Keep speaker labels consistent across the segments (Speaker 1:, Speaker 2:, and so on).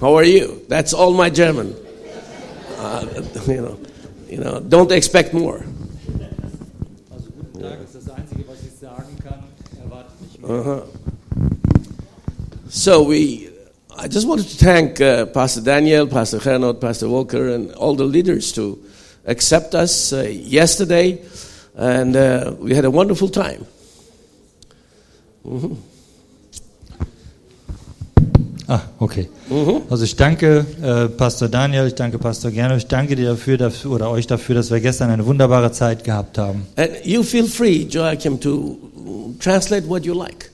Speaker 1: How are you? That's all my German. Uh, you know, you know, don't expect more.
Speaker 2: Also guten Tag ist das Einzige, was ich sagen kann. Erwartet nicht mehr.
Speaker 1: Uh-huh. So we, I just wanted to thank uh, Pastor Daniel, Pastor Hernot, Pastor Walker, and all the leaders to accept us uh, yesterday, and uh, we had a wonderful time.
Speaker 3: Ah, okay. Also ich danke äh, Pastor Daniel, ich danke Pastor Gernot, ich danke dir dafür, dafür oder euch dafür, dass wir gestern eine wunderbare Zeit gehabt haben.
Speaker 1: And you feel free, Joachim, to translate what you like,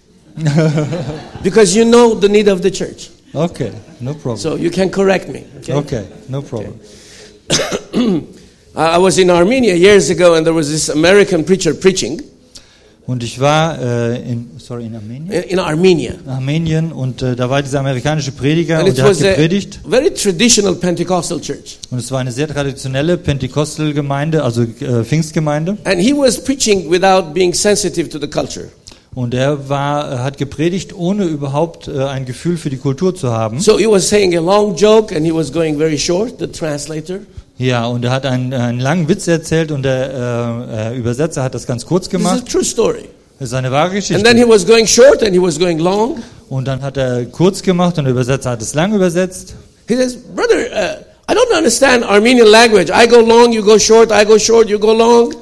Speaker 1: because you know the need of the church.
Speaker 3: Okay, no problem.
Speaker 1: So you can correct me. Okay.
Speaker 3: Okay, no problem.
Speaker 1: I I was in Armenia years ago, and there was this American preacher preaching
Speaker 3: Und ich war äh, in sorry in Armenien,
Speaker 1: in in Armenia.
Speaker 3: Armenien und äh, da war dieser amerikanische Prediger
Speaker 1: And
Speaker 3: und
Speaker 1: it
Speaker 3: der hat
Speaker 1: was a
Speaker 3: gepredigt
Speaker 1: very traditional Pentecostal church.
Speaker 3: und es war eine sehr traditionelle Pentekostelgemeinde, also äh, Pfingstgemeinde
Speaker 1: And he was preaching without being sensitive to the culture.
Speaker 3: und er war äh, hat gepredigt ohne überhaupt äh, ein Gefühl für die Kultur zu haben.
Speaker 1: So he was saying a long joke and he was going very short, the translator.
Speaker 3: Ja, und er hat einen, einen langen Witz erzählt und der äh, äh, Übersetzer hat das ganz kurz
Speaker 1: This is
Speaker 3: gemacht.
Speaker 1: a true story.
Speaker 3: Das ist eine wahre Geschichte.
Speaker 1: And then he was going short and he was going long.
Speaker 3: und dann hat er kurz gemacht und der Übersetzer hat es lang übersetzt.
Speaker 1: He says, Brother, uh, I don't understand Armenian language. I go long, you go short, I go short, you go long.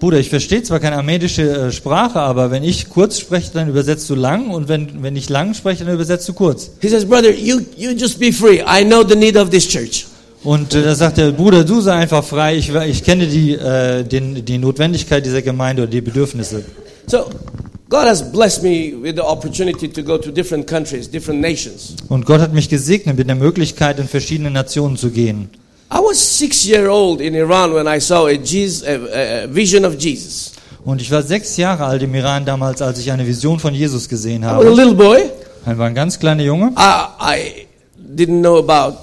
Speaker 3: Bruder, ich verstehe zwar keine armenische äh, Sprache, aber wenn ich kurz spreche, dann übersetzt du lang und wenn, wenn ich lang spreche, dann übersetzt du kurz.
Speaker 1: He says, Brother, you, you just be free. I know the need of this church.
Speaker 3: Und äh, da sagt er, Bruder, du sei einfach frei, ich, ich kenne die, äh, den, die Notwendigkeit dieser Gemeinde oder die Bedürfnisse.
Speaker 1: So God has blessed me with the opportunity to go to different countries, different nations.
Speaker 3: Und Gott hat mich gesegnet mit der Möglichkeit, in verschiedene Nationen zu gehen.
Speaker 1: I was six year old in Iran when I saw a, Jesus, a, a- a vision of Jesus.
Speaker 3: Und ich war sechs Jahre alt im Iran damals, als ich eine Vision von Jesus gesehen
Speaker 1: I was a
Speaker 3: habe.
Speaker 1: little boy.
Speaker 3: Er war ein ganz kleiner Junge.
Speaker 1: I, I didn't know about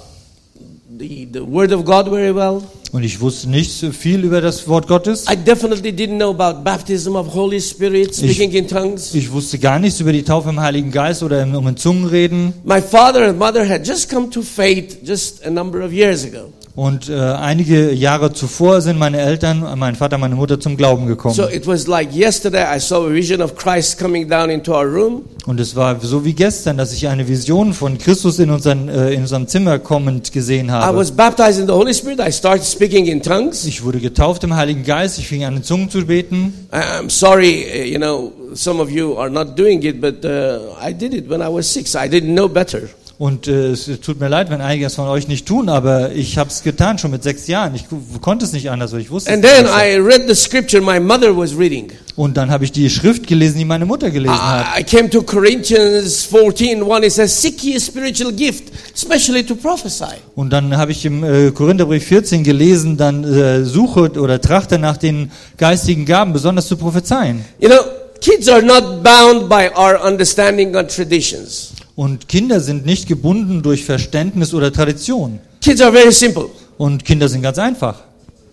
Speaker 1: the, the Word of God very well.
Speaker 3: Und ich wusste nicht so viel über das Wort Gottes.
Speaker 1: I definitely didn't know about baptism of Holy Spirit, speaking in tongues.
Speaker 3: Ich wusste gar nichts über die Taufe im Heiligen Geist oder im, um in Zungenreden.
Speaker 1: My father and mother had just come to faith just a number of years ago.
Speaker 3: Und äh, einige Jahre zuvor sind meine Eltern, mein Vater, meine Mutter zum Glauben gekommen.
Speaker 1: So it was like yesterday I saw a vision of Christ coming down into our room.
Speaker 3: Und es war so wie gestern, dass ich eine Vision von Christus in, unseren, äh, in unserem Zimmer kommend gesehen
Speaker 1: I
Speaker 3: habe.
Speaker 1: was baptized in the Holy Spirit. I started speaking in tongues.
Speaker 3: Ich wurde getauft im Heiligen Geist, ich fing an in Zungen zu beten.
Speaker 1: I- I'm sorry, uh, you know, some of you are not doing it, but uh, I did it when I was six. I didn't know better.
Speaker 3: Und äh, es tut mir leid, wenn einige es von euch nicht tun, aber ich habe es getan, schon mit sechs Jahren. Ich ku- konnte es nicht anders, weil ich wusste es
Speaker 1: And
Speaker 3: nicht
Speaker 1: then
Speaker 3: besser.
Speaker 1: I read the scripture my mother was reading.
Speaker 3: Und dann habe ich die Schrift gelesen, die meine Mutter gelesen hat.
Speaker 1: I I came to Corinthians 14, 1. It says, Seek ye spiritual gift, especially to prophesy.
Speaker 3: Und dann habe ich im äh, Korintherbrief 14 gelesen, dann äh, suche oder trachte nach den geistigen Gaben, besonders zu prophezeien.
Speaker 1: You know, kids are not bound by our understanding on traditions.
Speaker 3: Und Kinder sind nicht gebunden durch Verständnis oder Tradition.
Speaker 1: Kids are very simple.
Speaker 3: Und Kinder sind ganz einfach.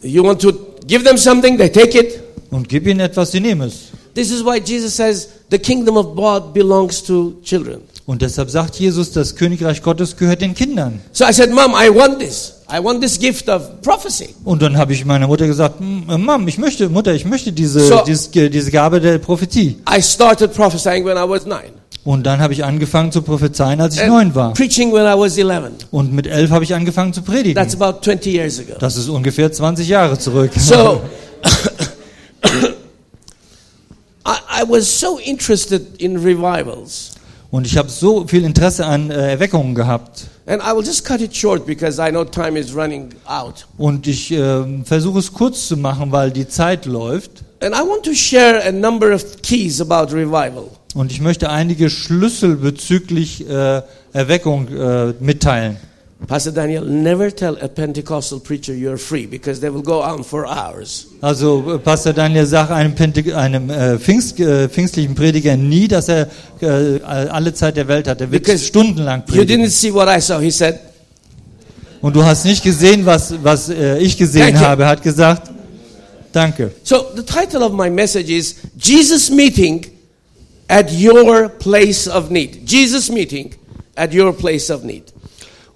Speaker 1: You want to give them something, they take it.
Speaker 3: Und gib ihnen etwas, sie nehmen es.
Speaker 1: This is why Jesus says, The kingdom of God belongs to children.
Speaker 3: Und deshalb sagt Jesus, das Königreich Gottes gehört den Kindern.
Speaker 1: So I said, Mom, I want this. I want this gift of prophecy.
Speaker 3: Und dann habe ich meiner Mutter gesagt, "M- äh, Mom, ich möchte, Mutter, ich möchte diese,
Speaker 1: So-
Speaker 3: dieses- äh, diese Gabe der Prophetie.
Speaker 1: I started prophesying when I was nine,
Speaker 3: Und dann habe ich angefangen zu prophezeien, als ich
Speaker 1: and
Speaker 3: neun war.
Speaker 1: preaching when I was 11.
Speaker 3: Und mit elf habe ich angefangen zu predigen.
Speaker 1: That's about 20 years ago.
Speaker 3: Das ist ungefähr 20 Jahre zurück.
Speaker 1: So I, I was so interested in revivals.
Speaker 3: Und ich habe so viel Interesse an äh, Erweckungen gehabt.
Speaker 1: And I will just cut it short because I know time is running out.
Speaker 3: Und ich ähm, versuche es kurz zu machen, weil die Zeit läuft.
Speaker 1: And I want to share a number of keys about revival.
Speaker 3: Und ich möchte einige Schlüssel bezüglich äh, Erweckung äh, mitteilen.
Speaker 1: Pastor Daniel, never tell a Pentecostal preacher you're free because they will go on for hours.
Speaker 3: Also äh, Pastor Daniel sagt einem, Pente einem äh, Pfingst, äh, pfingstlichen Prediger nie, dass er äh, alle Zeit der Welt hat. Er wird
Speaker 1: Because
Speaker 3: stundenlang
Speaker 1: You didn't
Speaker 3: predigen.
Speaker 1: see what I saw, he said.
Speaker 3: Und du hast nicht gesehen, was, was äh, ich gesehen
Speaker 1: Thank you.
Speaker 3: habe. Er hat gesagt, danke.
Speaker 1: So the title of my message is Jesus meeting at your place of need. Jesus meeting at your place of need.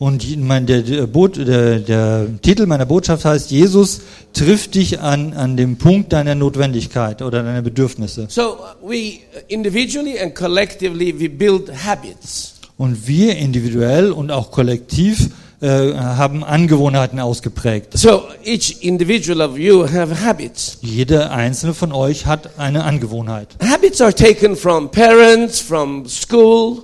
Speaker 3: Und je- mein, der, der, Bot, der, der Titel meiner Botschaft heißt, Jesus trifft dich an, an dem Punkt deiner Notwendigkeit oder deiner Bedürfnisse.
Speaker 1: So uh, we uh, individually and collectively we build habits.
Speaker 3: Und wir individuell und auch kollektiv äh, haben Angewohnheiten ausgeprägt.
Speaker 1: So each individual of you have habits.
Speaker 3: Jeder einzelne von euch hat eine Angewohnheit.
Speaker 1: Habits are taken from parents, from school,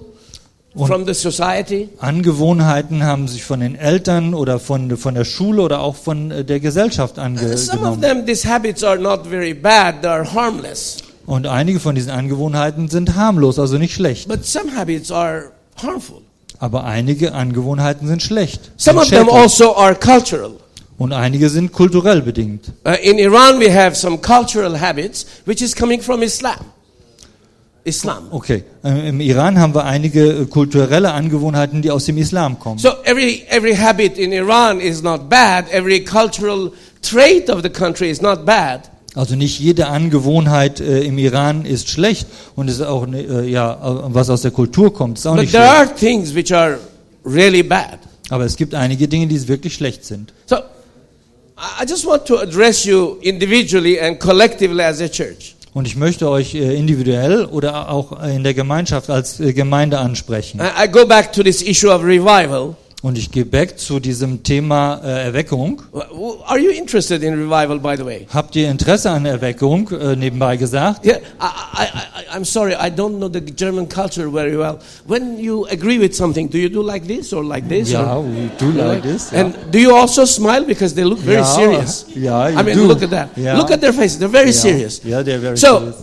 Speaker 3: Und-
Speaker 1: from the society.
Speaker 3: Angewohnheiten haben sich von den Eltern oder von, von der Schule oder auch von äh, der Gesellschaft
Speaker 1: Some of
Speaker 3: angenommen.
Speaker 1: them, these habits are not very bad, they are harmless.
Speaker 3: Und einige von diesen Angewohnheiten sind harmlos, also nicht schlecht.
Speaker 1: But some habits are harmful.
Speaker 3: Aber einige Angewohnheiten sind schlecht.
Speaker 1: Some
Speaker 3: sind
Speaker 1: of them
Speaker 3: schädlich.
Speaker 1: also are cultural.
Speaker 3: Und einige sind kulturell bedingt.
Speaker 1: Uh, in Iran, we have some cultural habits which is coming from Islam. Islam.
Speaker 3: Okay, äh, im Iran haben wir einige äh, kulturelle Angewohnheiten, die aus dem Islam kommen.
Speaker 1: So every every habit in Iran is not bad. Every cultural trait of the country is not bad.
Speaker 3: Also nicht jede Angewohnheit äh, im Iran ist schlecht und ist auch ne- äh, ja was aus der Kultur kommt, ist auch
Speaker 1: But
Speaker 3: nicht
Speaker 1: there are
Speaker 3: schlecht.
Speaker 1: things which are really bad.
Speaker 3: Aber es gibt einige Dinge, die wirklich schlecht sind.
Speaker 1: So I I just want to address you individually and collectively as a church.
Speaker 3: Und ich möchte euch äh, individuell oder auch äh, in der Gemeinschaft als äh, Gemeinde ansprechen.
Speaker 1: Uh, I I go back to this issue of revival.
Speaker 3: Und ich gehe back zu diesem Thema äh, Erweckung.
Speaker 1: W- Are you interested in revival, by the way?
Speaker 3: Habt ihr Interesse an Erweckung, äh, nebenbei gesagt?
Speaker 1: Yeah, I, I, I, I'm sorry, I don't know the German culture very well. When you agree with something, do you do like this or like this? or-
Speaker 3: we do like this.
Speaker 1: And do you also smile because they look very
Speaker 3: Yeah,
Speaker 1: serious?
Speaker 3: yeah, you
Speaker 1: I mean,
Speaker 3: do.
Speaker 1: look at that.
Speaker 3: Yeah.
Speaker 1: Look at their faces. They're very serious.
Speaker 3: Yeah, they're very
Speaker 1: So-
Speaker 3: serious.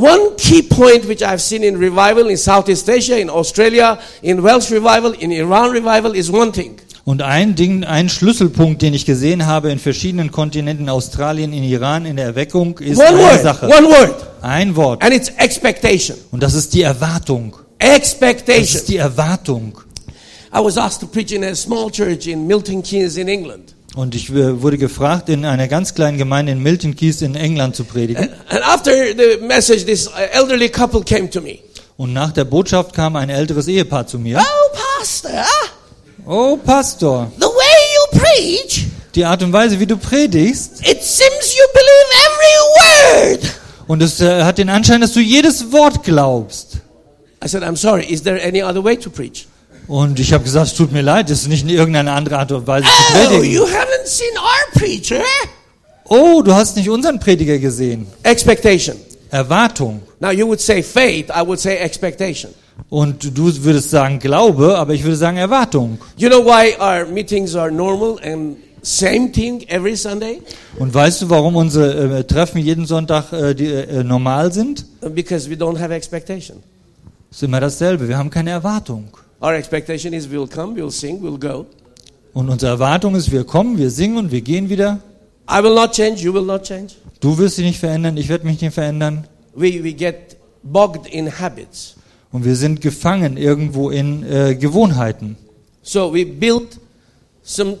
Speaker 1: One key point which I've seen in revival in Southeast Asia, in Australia, in Welsh revival, in Iran revival is one thing.
Speaker 3: Und ein Ding, ein Schlüsselpunkt, den ich gesehen habe in verschiedenen Kontinenten, Australien, in Iran, in der Erweckung, ist
Speaker 1: One
Speaker 3: eine
Speaker 1: word.
Speaker 3: Sache.
Speaker 1: One word.
Speaker 3: Ein Wort.
Speaker 1: And it's expectation.
Speaker 3: Und das ist die Erwartung. Das
Speaker 1: Expectation.
Speaker 3: ist die Erwartung.
Speaker 1: I was asked to preach in a small church in Milton Keynes in England.
Speaker 3: Und ich äh, wurde gefragt, in einer ganz kleinen Gemeinde in Milton Keys in England zu predigen.
Speaker 1: And after the message, this uh, elderly couple came to me.
Speaker 3: Und nach der Botschaft kam ein älteres Ehepaar zu mir.
Speaker 1: Oh, Pastor,
Speaker 3: Oh, Pastor,
Speaker 1: the way you preach,
Speaker 3: die Art und Weise, wie du predigst,
Speaker 1: it seems you believe every word.
Speaker 3: und es äh, hat den Anschein, dass du jedes Wort glaubst.
Speaker 1: I said, I'm sorry, is there any other way to preach?
Speaker 3: Und ich habe gesagt, es tut mir leid, das ist nicht in irgendeine andere Art und Weise zu
Speaker 1: Oh,
Speaker 3: predigen.
Speaker 1: you haven't seen our preacher? eh?
Speaker 3: Oh, du hast nicht unseren Prediger gesehen.
Speaker 1: Expectation.
Speaker 3: Erwartung.
Speaker 1: Now, you would say faith, I would say expectation.
Speaker 3: Und du würdest sagen Glaube, aber ich würde sagen Erwartung.
Speaker 1: You know why our meetings are normal and same thing every Sunday?
Speaker 3: Und weißt du, warum unsere äh, Treffen jeden Sonntag äh, die, äh, normal sind?
Speaker 1: Because we don't have expectation.
Speaker 3: Ist immer dasselbe. Wir haben keine Erwartung.
Speaker 1: Our expectation is we'll come, we'll sing, we'll go.
Speaker 3: Und unsere Erwartung ist, wir kommen, wir singen und wir gehen wieder.
Speaker 1: I will not change, you will not change.
Speaker 3: Du wirst dich nicht verändern, ich werde mich nicht verändern.
Speaker 1: We, we get bogged in habits.
Speaker 3: Und wir sind gefangen irgendwo in äh, Gewohnheiten.
Speaker 1: So we build some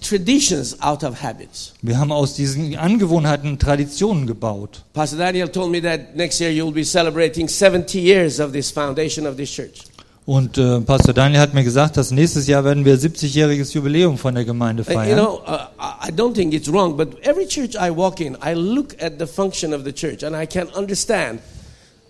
Speaker 1: traditions out of habits.
Speaker 3: Wir haben aus diesen Angewohnheiten Traditionen gebaut.
Speaker 1: Pastor Daniel told me that next year you'll be celebrating 70 years of this foundation of this church. Uh,
Speaker 3: Und äh, Pastor Daniel hat mir gesagt, dass nächstes Jahr werden wir 70-jähriges Jubiläum von der Gemeinde
Speaker 1: Uh, You
Speaker 3: feiern.
Speaker 1: know, uh, I I don't think it's wrong, but every church I walk in, I look at the function of the church and I can understand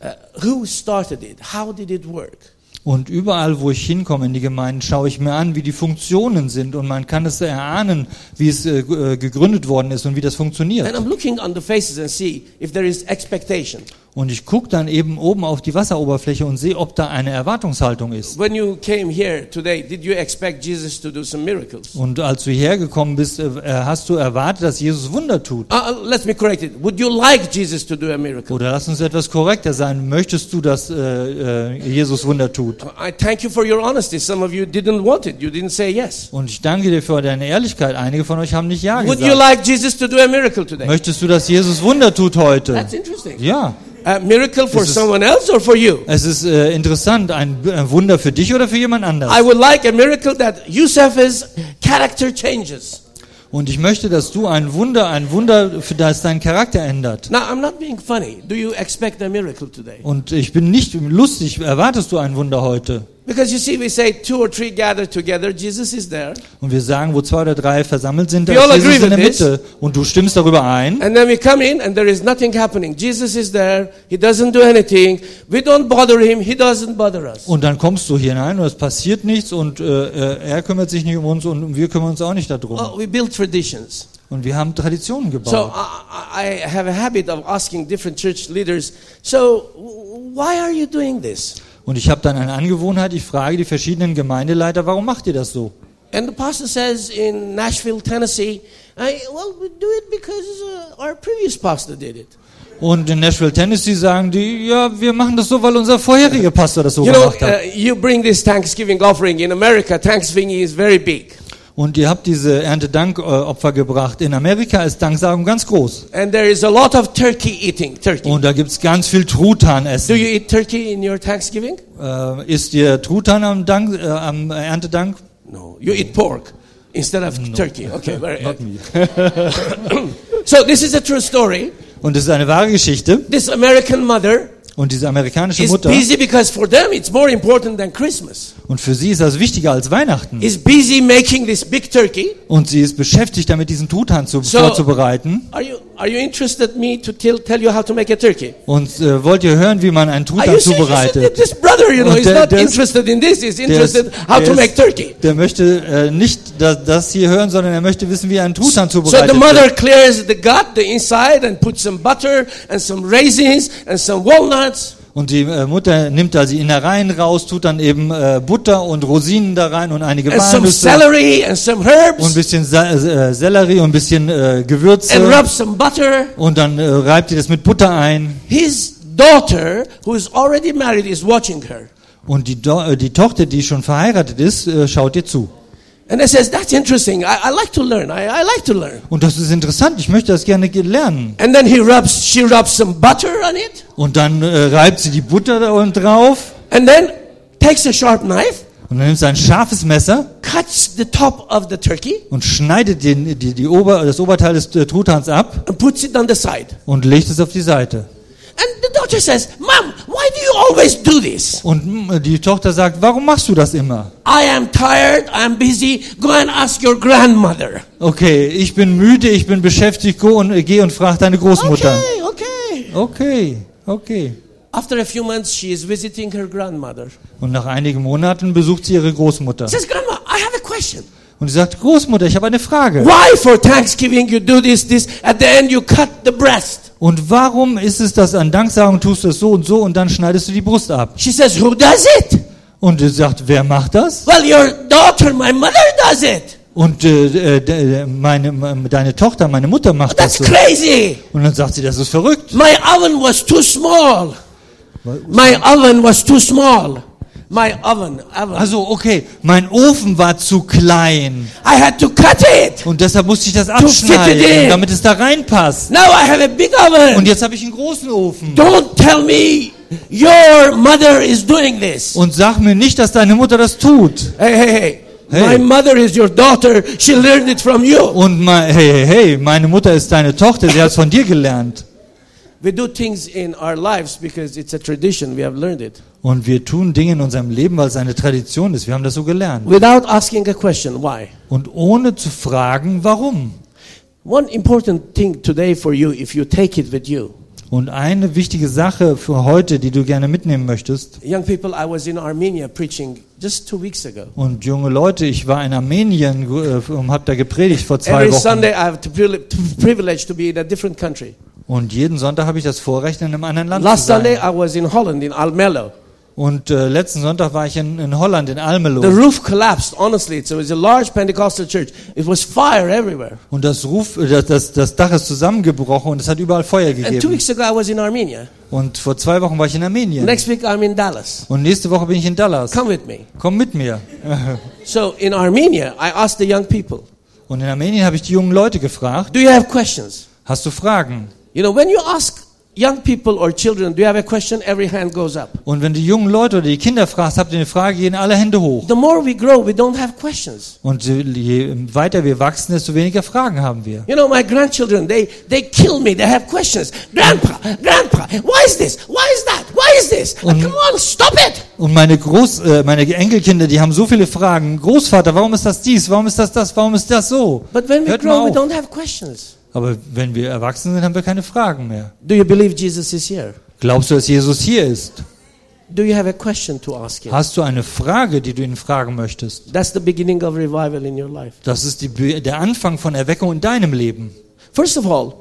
Speaker 1: uh, who started it, how did it work.
Speaker 3: Und überall, wo ich hinkomme in die Gemeinden, schaue ich mir an, wie die Funktionen sind und man kann es erahnen, wie es äh, ge- äh, gegründet worden ist und wie das
Speaker 1: And
Speaker 3: funktioniert.
Speaker 1: I'm looking on the faces and see if there is expectation.
Speaker 3: Und ich gucke dann eben oben auf die Wasseroberfläche und sehe, ob da eine Erwartungshaltung ist.
Speaker 1: When you came here today, did you expect Jesus to do some miracles?
Speaker 3: Und als du hergekommen bist, äh, äh, hast du erwartet, dass Jesus Wunder tut.
Speaker 1: Uh, uh, let me correct it. Would you like Jesus to do a miracle?
Speaker 3: Oder lass uns etwas korrekter sein. Möchtest du, dass äh, äh, Jesus Wunder tut?
Speaker 1: I thank you for your honesty. Some of you didn't want it. You didn't say yes.
Speaker 3: Und ich danke dir für deine Ehrlichkeit. Einige von euch haben nicht Ja
Speaker 1: Would you
Speaker 3: gesagt.
Speaker 1: like Jesus to do a miracle today?
Speaker 3: Möchtest du, dass Jesus Wunder tut heute?
Speaker 1: That's interesting.
Speaker 3: Ja.
Speaker 1: A miracle for
Speaker 3: This is-
Speaker 1: someone else or for you?
Speaker 3: Es ist äh, interessant, ein äh, Wunder für dich oder für jemand
Speaker 1: I
Speaker 3: anders.
Speaker 1: would like a miracle that Yusuf's character changes.
Speaker 3: Und ich möchte, dass du ein Wunder, ein Wunder, für das dein Charakter ändert.
Speaker 1: Now, I'm not being funny. Do you expect a miracle today?
Speaker 3: Und ich bin nicht lustig. Erwartest du ein Wunder heute?
Speaker 1: Because you see, we say two or three gather together, Jesus is there.
Speaker 3: Und wir sagen, wo zwei oder drei versammelt sind, da
Speaker 1: We all
Speaker 3: ist Jesus
Speaker 1: agree
Speaker 3: in der
Speaker 1: with
Speaker 3: Mitte. Und du stimmst darüber ein.
Speaker 1: And then we come in and there is nothing happening. Jesus is there, he doesn't do anything. We don't bother him, he doesn't bother us.
Speaker 3: Und dann kommst du hier hinein und es passiert nichts und äh, äh, er kümmert sich nicht um uns und wir kümmern uns auch nicht darum.
Speaker 1: Oh, we build traditions.
Speaker 3: Und wir haben Traditionen
Speaker 1: So
Speaker 3: gebaut.
Speaker 1: I, I I have a habit of asking different church leaders, so w- why are you doing this?
Speaker 3: Und ich habe dann eine Angewohnheit, ich frage die verschiedenen Gemeindeleiter, warum macht ihr das so?
Speaker 1: And the pastor says in Nashville, Tennessee, I, well, we do it because uh, our previous pastor did it.
Speaker 3: Und in Nashville, Tennessee sagen die, ja, wir machen das so, weil unser vorheriger Pastor das so
Speaker 1: You know,
Speaker 3: gemacht
Speaker 1: uh,
Speaker 3: hat.
Speaker 1: you bring this Thanksgiving offering in America. Thanksgiving is very big,
Speaker 3: Und ihr habt diese Erntedankopfer gebracht. In Amerika ist Danksagung ganz groß.
Speaker 1: and there is a lot of turkey eating. Turkey.
Speaker 3: Und da gibt's ganz viel Trutanessen.
Speaker 1: Do you eat turkey in your Thanksgiving?
Speaker 3: Äh, isst ihr Trutan am, Dank, äh, am Erntedank?
Speaker 1: No, you eat pork instead of turkey. Okay, very. so this is a true story.
Speaker 3: Und das ist eine wahre Geschichte.
Speaker 1: This American mother
Speaker 3: Und diese amerikanische
Speaker 1: is
Speaker 3: Mutter,
Speaker 1: busy because for them it's more important than Christmas.
Speaker 3: und für sie ist das wichtiger als Weihnachten.
Speaker 1: Is busy making this big turkey.
Speaker 3: Und sie ist beschäftigt damit, diesen Truthahn zu,
Speaker 1: So-
Speaker 3: vorzubereiten.
Speaker 1: Are you are you interested me to tell tell you how to make a turkey?
Speaker 3: Und äh, wollt ihr hören, wie man
Speaker 1: Are
Speaker 3: einen Truthahn
Speaker 1: you serious?
Speaker 3: zubereitet?
Speaker 1: This brother, you know,
Speaker 3: Und
Speaker 1: is
Speaker 3: der-
Speaker 1: not
Speaker 3: der ist-
Speaker 1: interested in this. He's
Speaker 3: Der, ist,
Speaker 1: interested how
Speaker 3: der
Speaker 1: to
Speaker 3: ist-
Speaker 1: make turkey.
Speaker 3: der möchte äh, nicht das, das hier hören, sondern er möchte wissen, wie ein Truthahn
Speaker 1: So
Speaker 3: zubereitet
Speaker 1: the
Speaker 3: wird.
Speaker 1: mother clears the gut, the inside, and puts some butter and some raisins and some walnuts.
Speaker 3: Und die äh, Mutter nimmt da die Innereien raus, tut dann eben äh, Butter und Rosinen da rein und einige
Speaker 1: and some
Speaker 3: Walnüsse
Speaker 1: celery and some
Speaker 3: und ein
Speaker 1: herbs
Speaker 3: bisschen Sa äh, Sellerie und ein bisschen äh, Gewürze.
Speaker 1: and rub some butter.
Speaker 3: Und dann äh, reibt ihr das mit Butter ein.
Speaker 1: His daughter, who is already married, is watching her.
Speaker 3: Und die, Do äh, die Tochter, die schon verheiratet ist, äh, schaut ihr zu.
Speaker 1: And I says, that's interesting. I, I like to learn. I, I like to learn.
Speaker 3: Und das ist interessant, ich möchte das gerne ge- lernen.
Speaker 1: And then he rubs, she rubs some butter on it
Speaker 3: Und dann äh, reibt sie die Butter da unten drauf
Speaker 1: and then takes a sharp knife,
Speaker 3: und dann nimmt sie ein scharfes Messer
Speaker 1: cuts the top of the turkey
Speaker 3: und schneidet den, die, die Ober, das Oberteil des äh, Truthahns ab
Speaker 1: and puts it on the side.
Speaker 3: und legt es auf die Seite.
Speaker 1: And the daughter says, Mom, why do you always do this?
Speaker 3: Und mh, die Tochter sagt, warum machst du das immer?
Speaker 1: I am tired. I'm busy. Go and ask your grandmother.
Speaker 3: Okay, ich bin müde, ich bin beschäftigt, go und, äh, geh und frag deine Großmutter.
Speaker 1: Okay, okay.
Speaker 3: Okay, okay.
Speaker 1: After a few months, she is visiting her grandmother.
Speaker 3: Und nach einigen Monaten besucht sie ihre Großmutter.
Speaker 1: Says, Grandma, I have a question.
Speaker 3: Und sie sagt, Großmutter, ich habe eine Frage.
Speaker 1: Why for Thanksgiving you do this, this, at the end you cut the breast?
Speaker 3: Und warum ist es, dass an Danksagung tust du es so und so und dann schneidest du die Brust ab?
Speaker 1: She says, Who does it?
Speaker 3: Und sie sagt, wer macht das?
Speaker 1: Well, your daughter, my mother does it.
Speaker 3: Und äh, äh, de- meine, meine, deine Tochter, meine Mutter macht das
Speaker 1: That's
Speaker 3: so.
Speaker 1: crazy.
Speaker 3: Und dann sagt sie, das ist verrückt.
Speaker 1: My oven was too small. My oven was too small. My oven, oven.
Speaker 3: Also okay, mein Ofen war zu klein
Speaker 1: I had to cut it.
Speaker 3: und deshalb musste ich das
Speaker 1: fit it in.
Speaker 3: abschneiden, damit es da reinpasst.
Speaker 1: Now I have a big
Speaker 3: Und
Speaker 1: oven.
Speaker 3: jetzt habe ich einen großen Ofen.
Speaker 1: Don't tell me your mother is doing this.
Speaker 3: Und sag mir nicht, dass deine Mutter das tut.
Speaker 1: Hey, hey, hey. My
Speaker 3: Hey.
Speaker 1: mother is your daughter. She learned it from you.
Speaker 3: Und mein, hey, hey, hey, meine Mutter ist deine Tochter, sie hat es von dir gelernt.
Speaker 1: We do things in our lives because it's a tradition. We have learned it.
Speaker 3: Und wir tun Dinge in unserem Leben, weil es eine Tradition ist. Wir haben das so gelernt.
Speaker 1: Without asking a question, why?
Speaker 3: Und ohne zu fragen, warum.
Speaker 1: One important thing today for you, if you take it with you.
Speaker 3: Und eine wichtige Sache für heute, die du gerne mitnehmen möchtest.
Speaker 1: Young people, I was in Armenia preaching just two weeks ago.
Speaker 3: Und junge Leute, ich war in Armenien äh, und habe da gepredigt vor zwei
Speaker 1: Every
Speaker 3: Wochen.
Speaker 1: Sunday, I have the privile- t- privilege to be in a different country.
Speaker 3: Und jeden Sonntag habe ich das Vorrecht, in einem anderen Land zu
Speaker 1: Last Sunday,
Speaker 3: sein.
Speaker 1: I was in Holland, in Almelo.
Speaker 3: Und äh, letzten Sonntag war ich in, in Holland, in
Speaker 1: The
Speaker 3: Almelo.
Speaker 1: roof collapsed, honestly. It was a large Pentecostal church. It was fire everywhere.
Speaker 3: Und das, Ruf, äh, das, das, das Dach ist zusammengebrochen und es hat überall Feuer
Speaker 1: And two
Speaker 3: gegeben.
Speaker 1: weeks ago, I was in Armenia.
Speaker 3: Und vor zwei Wochen war ich in Armenien.
Speaker 1: Next week, I'm in Dallas.
Speaker 3: Und nächste Woche bin ich in Dallas.
Speaker 1: Come with me.
Speaker 3: Komm mit mir.
Speaker 1: So in Armenia, I asked the young people,
Speaker 3: Und in Armenien habe ich die jungen Leute gefragt,
Speaker 1: Do you have questions?
Speaker 3: hast du Fragen?
Speaker 1: You know, when you ask young people or children, Do you have a question? Every hand goes up.
Speaker 3: Und wenn du die jungen Leute oder die Kinder fragst, habt ihr eine Frage, gehen alle Hände hoch.
Speaker 1: The more we grow, we don't have questions.
Speaker 3: Und je weiter wir wachsen, desto weniger Fragen haben wir.
Speaker 1: You know, my grandchildren, they, they kill me. They have questions. Grandpa, grandpa, why is this? Why is that? Why Why is this?
Speaker 3: Und-
Speaker 1: Come on, stop it!
Speaker 3: Und meine Groß, äh, meine Enkelkinder, die haben so viele Fragen. Großvater, warum ist das dies? Warum ist das das? Warum ist das so?
Speaker 1: But when we
Speaker 3: Hört
Speaker 1: grow,
Speaker 3: mal
Speaker 1: we
Speaker 3: auf.
Speaker 1: don't have questions.
Speaker 3: Aber wenn wir erwachsen sind, haben wir keine Fragen mehr.
Speaker 1: Do you believe Jesus is here?
Speaker 3: Glaubst du, dass Jesus hier ist?
Speaker 1: Do you have a question to ask him?
Speaker 3: Hast du eine Frage, die du ihn fragen möchtest?
Speaker 1: That's the beginning of revival in your life.
Speaker 3: Das ist die, Be- der Anfang von Erweckung in deinem Leben.
Speaker 1: First of all,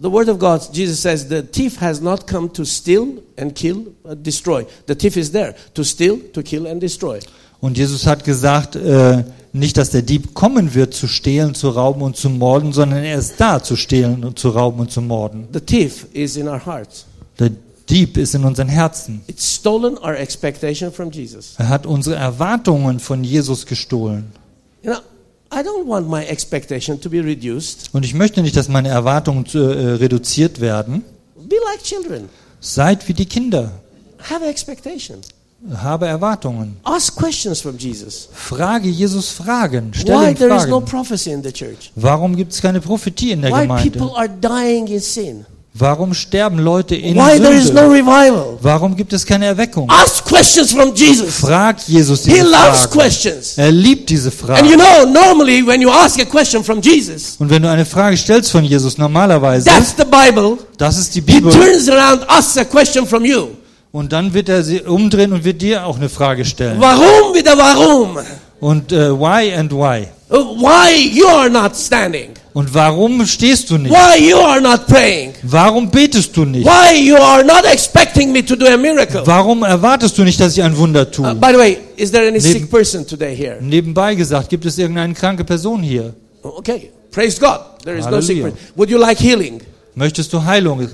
Speaker 1: the word of God, Jesus says, the thief has not come to steal and kill, but destroy. The thief is there to steal, to kill, and destroy.
Speaker 3: Und Jesus hat gesagt, äh, nicht, dass der Dieb kommen wird, zu stehlen, zu rauben und zu morden, sondern er ist da, zu stehlen und zu rauben und zu morden.
Speaker 1: The thief is in our hearts.
Speaker 3: Der Dieb ist in unseren Herzen.
Speaker 1: It's stolen our expectation from Jesus.
Speaker 3: Er hat unsere Erwartungen von Jesus gestohlen.
Speaker 1: You know, I don't want my expectation to be reduced.
Speaker 3: Und ich möchte nicht, dass meine Erwartungen zu, äh, reduziert werden.
Speaker 1: Be like children.
Speaker 3: Seid wie die Kinder.
Speaker 1: Have expectation.
Speaker 3: Habe Erwartungen.
Speaker 1: Ask questions from Jesus.
Speaker 3: Frage Jesus Fragen. Stelle
Speaker 1: Why
Speaker 3: ihm
Speaker 1: there is
Speaker 3: Fragen.
Speaker 1: no prophecy in the church?
Speaker 3: Warum gibt es keine Prophetie in der
Speaker 1: Why
Speaker 3: Gemeinde?
Speaker 1: people are dying in sin?
Speaker 3: Warum sterben Leute in
Speaker 1: Why there is
Speaker 3: Sünde?
Speaker 1: no revival?
Speaker 3: Warum gibt es keine Erweckung?
Speaker 1: Ask questions from Jesus.
Speaker 3: Frag Jesus diese
Speaker 1: He loves
Speaker 3: Fragen.
Speaker 1: questions.
Speaker 3: Er liebt diese
Speaker 1: And you
Speaker 3: Fragen.
Speaker 1: know, normally when you ask a question from Jesus,
Speaker 3: Und wenn du eine Frage stellst von Jesus normalerweise,
Speaker 1: that's the Bible.
Speaker 3: das ist die
Speaker 1: He
Speaker 3: Bibel,
Speaker 1: turns around, asks a question from you.
Speaker 3: und dann wird er sie umdrehen und wird dir auch eine Frage stellen.
Speaker 1: Warum with a warum?
Speaker 3: Und äh, why and why?
Speaker 1: Uh, Why you are not standing?
Speaker 3: Und warum stehst du nicht?
Speaker 1: Why you are not praying?
Speaker 3: Warum betest du nicht?
Speaker 1: Why you are not expecting me to do a miracle?
Speaker 3: Warum erwartest du nicht, dass ich ein Wunder
Speaker 1: Uh,
Speaker 3: tue?
Speaker 1: by the way, is there any
Speaker 3: Neben-
Speaker 1: sick person today here?
Speaker 3: Nebenbei gesagt, gibt es irgendeine kranke Person hier?
Speaker 1: Okay, praise God. There is no sick
Speaker 3: Hallelujah.
Speaker 1: person. Would you like healing?
Speaker 3: Möchtest du Heilung?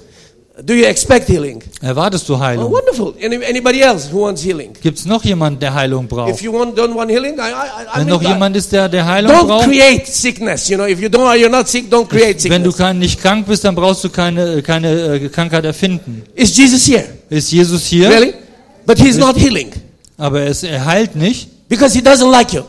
Speaker 1: Do you expect healing?
Speaker 3: Erwartest du
Speaker 1: Oh,
Speaker 3: Heilung?
Speaker 1: wonderful. Any, anybody else who wants healing?
Speaker 3: Gibt es noch jemanden, der Heilung
Speaker 1: If
Speaker 3: braucht?
Speaker 1: you want, don't want healing, I, I, Oh. I, I
Speaker 3: Wenn
Speaker 1: will
Speaker 3: noch
Speaker 1: die-
Speaker 3: jemand ist, der, der Heilung
Speaker 1: Don't
Speaker 3: braucht,
Speaker 1: create sickness. You know, if you don't, you're not sick. Don't create
Speaker 3: wenn du
Speaker 1: sickness.
Speaker 3: kein, nicht krank bist, dann brauchst du keine, keine äh, Krankheit erfinden.
Speaker 1: Is Jesus here?
Speaker 3: Ist Jesus hier,
Speaker 1: Really? But he's not healing
Speaker 3: aber er, ist, er heilt nicht.
Speaker 1: because he doesn't like you.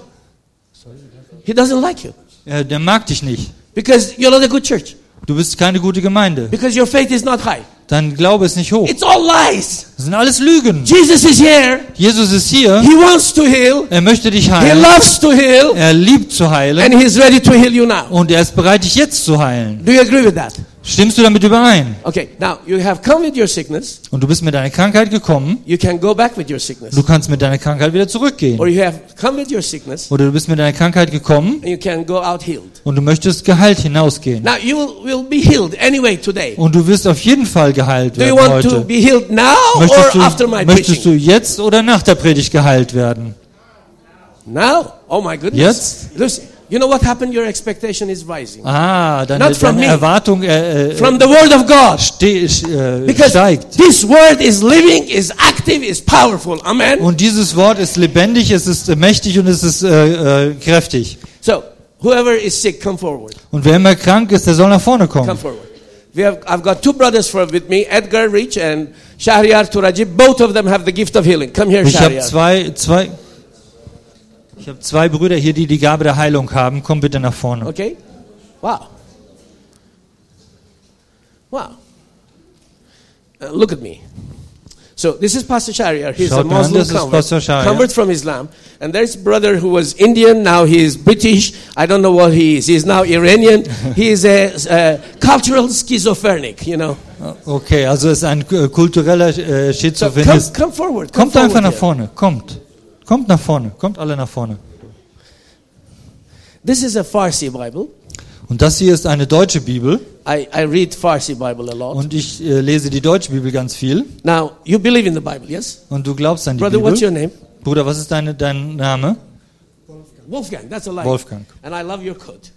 Speaker 1: He doesn't like you
Speaker 3: Er, der mag dich nicht.
Speaker 1: because you're not a good church.
Speaker 3: Du bist keine gute Gemeinde.
Speaker 1: Because your faith is not high.
Speaker 3: Dein Glaube ist nicht hoch.
Speaker 1: It's all lies.
Speaker 3: Das sind alles Lügen.
Speaker 1: Jesus is here.
Speaker 3: Jesus ist hier.
Speaker 1: He wants to heal.
Speaker 3: Er möchte dich
Speaker 1: He
Speaker 3: heilen.
Speaker 1: loves to heal.
Speaker 3: Er liebt zu heilen.
Speaker 1: And he's ready to heal you now.
Speaker 3: Und er ist bereit, dich jetzt zu heilen.
Speaker 1: Do you agree with that?
Speaker 3: Stimmst du damit überein?
Speaker 1: Okay, now you have come with your sickness.
Speaker 3: Und du bist mit deiner Krankheit gekommen.
Speaker 1: You can go back with your sickness.
Speaker 3: Du kannst mit deiner Krankheit wieder zurückgehen.
Speaker 1: Or you have come with your sickness
Speaker 3: Oder du bist mit deiner Krankheit gekommen
Speaker 1: and you can go out healed.
Speaker 3: und du möchtest geheilt hinausgehen.
Speaker 1: Now you will, will be healed anyway today.
Speaker 3: Und du wirst auf jeden Fall geheilt
Speaker 1: Do you
Speaker 3: werden
Speaker 1: want to
Speaker 3: heute.
Speaker 1: be healed now
Speaker 3: Möchtest
Speaker 1: or after
Speaker 3: du,
Speaker 1: my
Speaker 3: möchtest du
Speaker 1: preaching?
Speaker 3: jetzt oder nach der Predigt geheilt werden?
Speaker 1: Now? Oh my goodness.
Speaker 3: Jetzt?
Speaker 1: Listen, you know what happened? Your expectation is rising.
Speaker 3: Ah, deine,
Speaker 1: Not from
Speaker 3: deine
Speaker 1: me.
Speaker 3: Erwartung äh, äh,
Speaker 1: From the word of God.
Speaker 3: ste äh,
Speaker 1: Because
Speaker 3: steigt.
Speaker 1: this word is living, is active, is powerful. Amen.
Speaker 3: Und dieses Wort ist lebendig, es ist äh, mächtig und es ist äh, äh, kräftig.
Speaker 1: So whoever is sick, come forward.
Speaker 3: Und wer immer krank ist, der soll nach vorne
Speaker 1: Come
Speaker 3: kommen.
Speaker 1: forward. We have, I've got two brothers for, with me, Edgar Rich and Shahriar Turajib. Both of them have the gift of healing. Come here,
Speaker 3: Ich habe
Speaker 1: Shahriar.
Speaker 3: zwei, zwei, ich habe zwei Brüder hier, die die Gabe der Heilung haben. Komm bitte nach vorne.
Speaker 1: Okay? Wow. Wow. Uh, look at me. So this is Pastor Shariar. He's
Speaker 3: Schaut
Speaker 1: a
Speaker 3: mir an,
Speaker 1: Muslim
Speaker 3: das ist
Speaker 1: convert,
Speaker 3: Pastor Shariar.
Speaker 1: convert from Islam. And there's brother who was Indian. Now he is British. I don't know what he is. He's now Iranian. he is a, a cultural schizophrenic. You know.
Speaker 3: Okay, also ist ein äh, kultureller
Speaker 1: So come,
Speaker 3: äh, Schizophrenist.
Speaker 1: come forward. Come
Speaker 3: Kommt einfach
Speaker 1: forward
Speaker 3: nach
Speaker 1: here.
Speaker 3: vorne. Kommt. Kommt nach vorne. Kommt alle nach vorne.
Speaker 1: This is a Farsi Bible.
Speaker 3: Und das hier ist eine deutsche Bibel.
Speaker 1: I, I read Farsi Bible a lot.
Speaker 3: Und ich äh, lese die deutsche Bibel ganz viel.
Speaker 1: now you believe in the Bible, yes?
Speaker 3: Und du glaubst an die
Speaker 1: Brother, what's your
Speaker 3: Bibel.
Speaker 1: name?
Speaker 3: Bruder, was ist deine, dein Name?
Speaker 1: Wolfgang. That's a lie.
Speaker 3: Wolfgang.
Speaker 1: And I love your coat.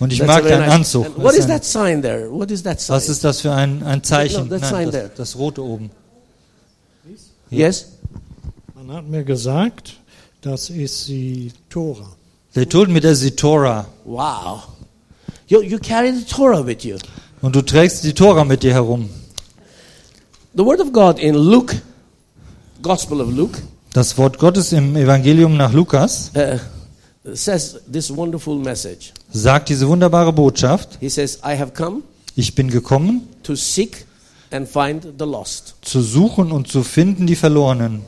Speaker 3: Und ich
Speaker 1: That's
Speaker 3: mag
Speaker 1: a very
Speaker 3: deinen
Speaker 1: nice-
Speaker 3: Anzug.
Speaker 1: And What
Speaker 3: Das
Speaker 1: is
Speaker 3: ist ein-
Speaker 1: that sign there? What is that sign?
Speaker 3: Was ist das für ein, ein Zeichen?
Speaker 1: No, that's fine
Speaker 3: Nein, das,
Speaker 1: there.
Speaker 3: das rote oben.
Speaker 1: yes?
Speaker 4: Man hat mir gesagt, das ist die Tora.
Speaker 3: They told me that's the Torah.
Speaker 1: Wow. You, you carry the Torah with you.
Speaker 3: Und du trägst die Tora mit dir herum.
Speaker 1: The Word of God in Luke, Gospel of Luke,
Speaker 3: Das Wort Gottes im Evangelium nach Lukas
Speaker 1: uh, says this wonderful message.
Speaker 3: sagt diese wunderbare Botschaft.
Speaker 1: He says, I have come
Speaker 3: Ich bin gekommen,
Speaker 1: to seek and find the lost.
Speaker 3: zu suchen und zu finden die Verlorenen.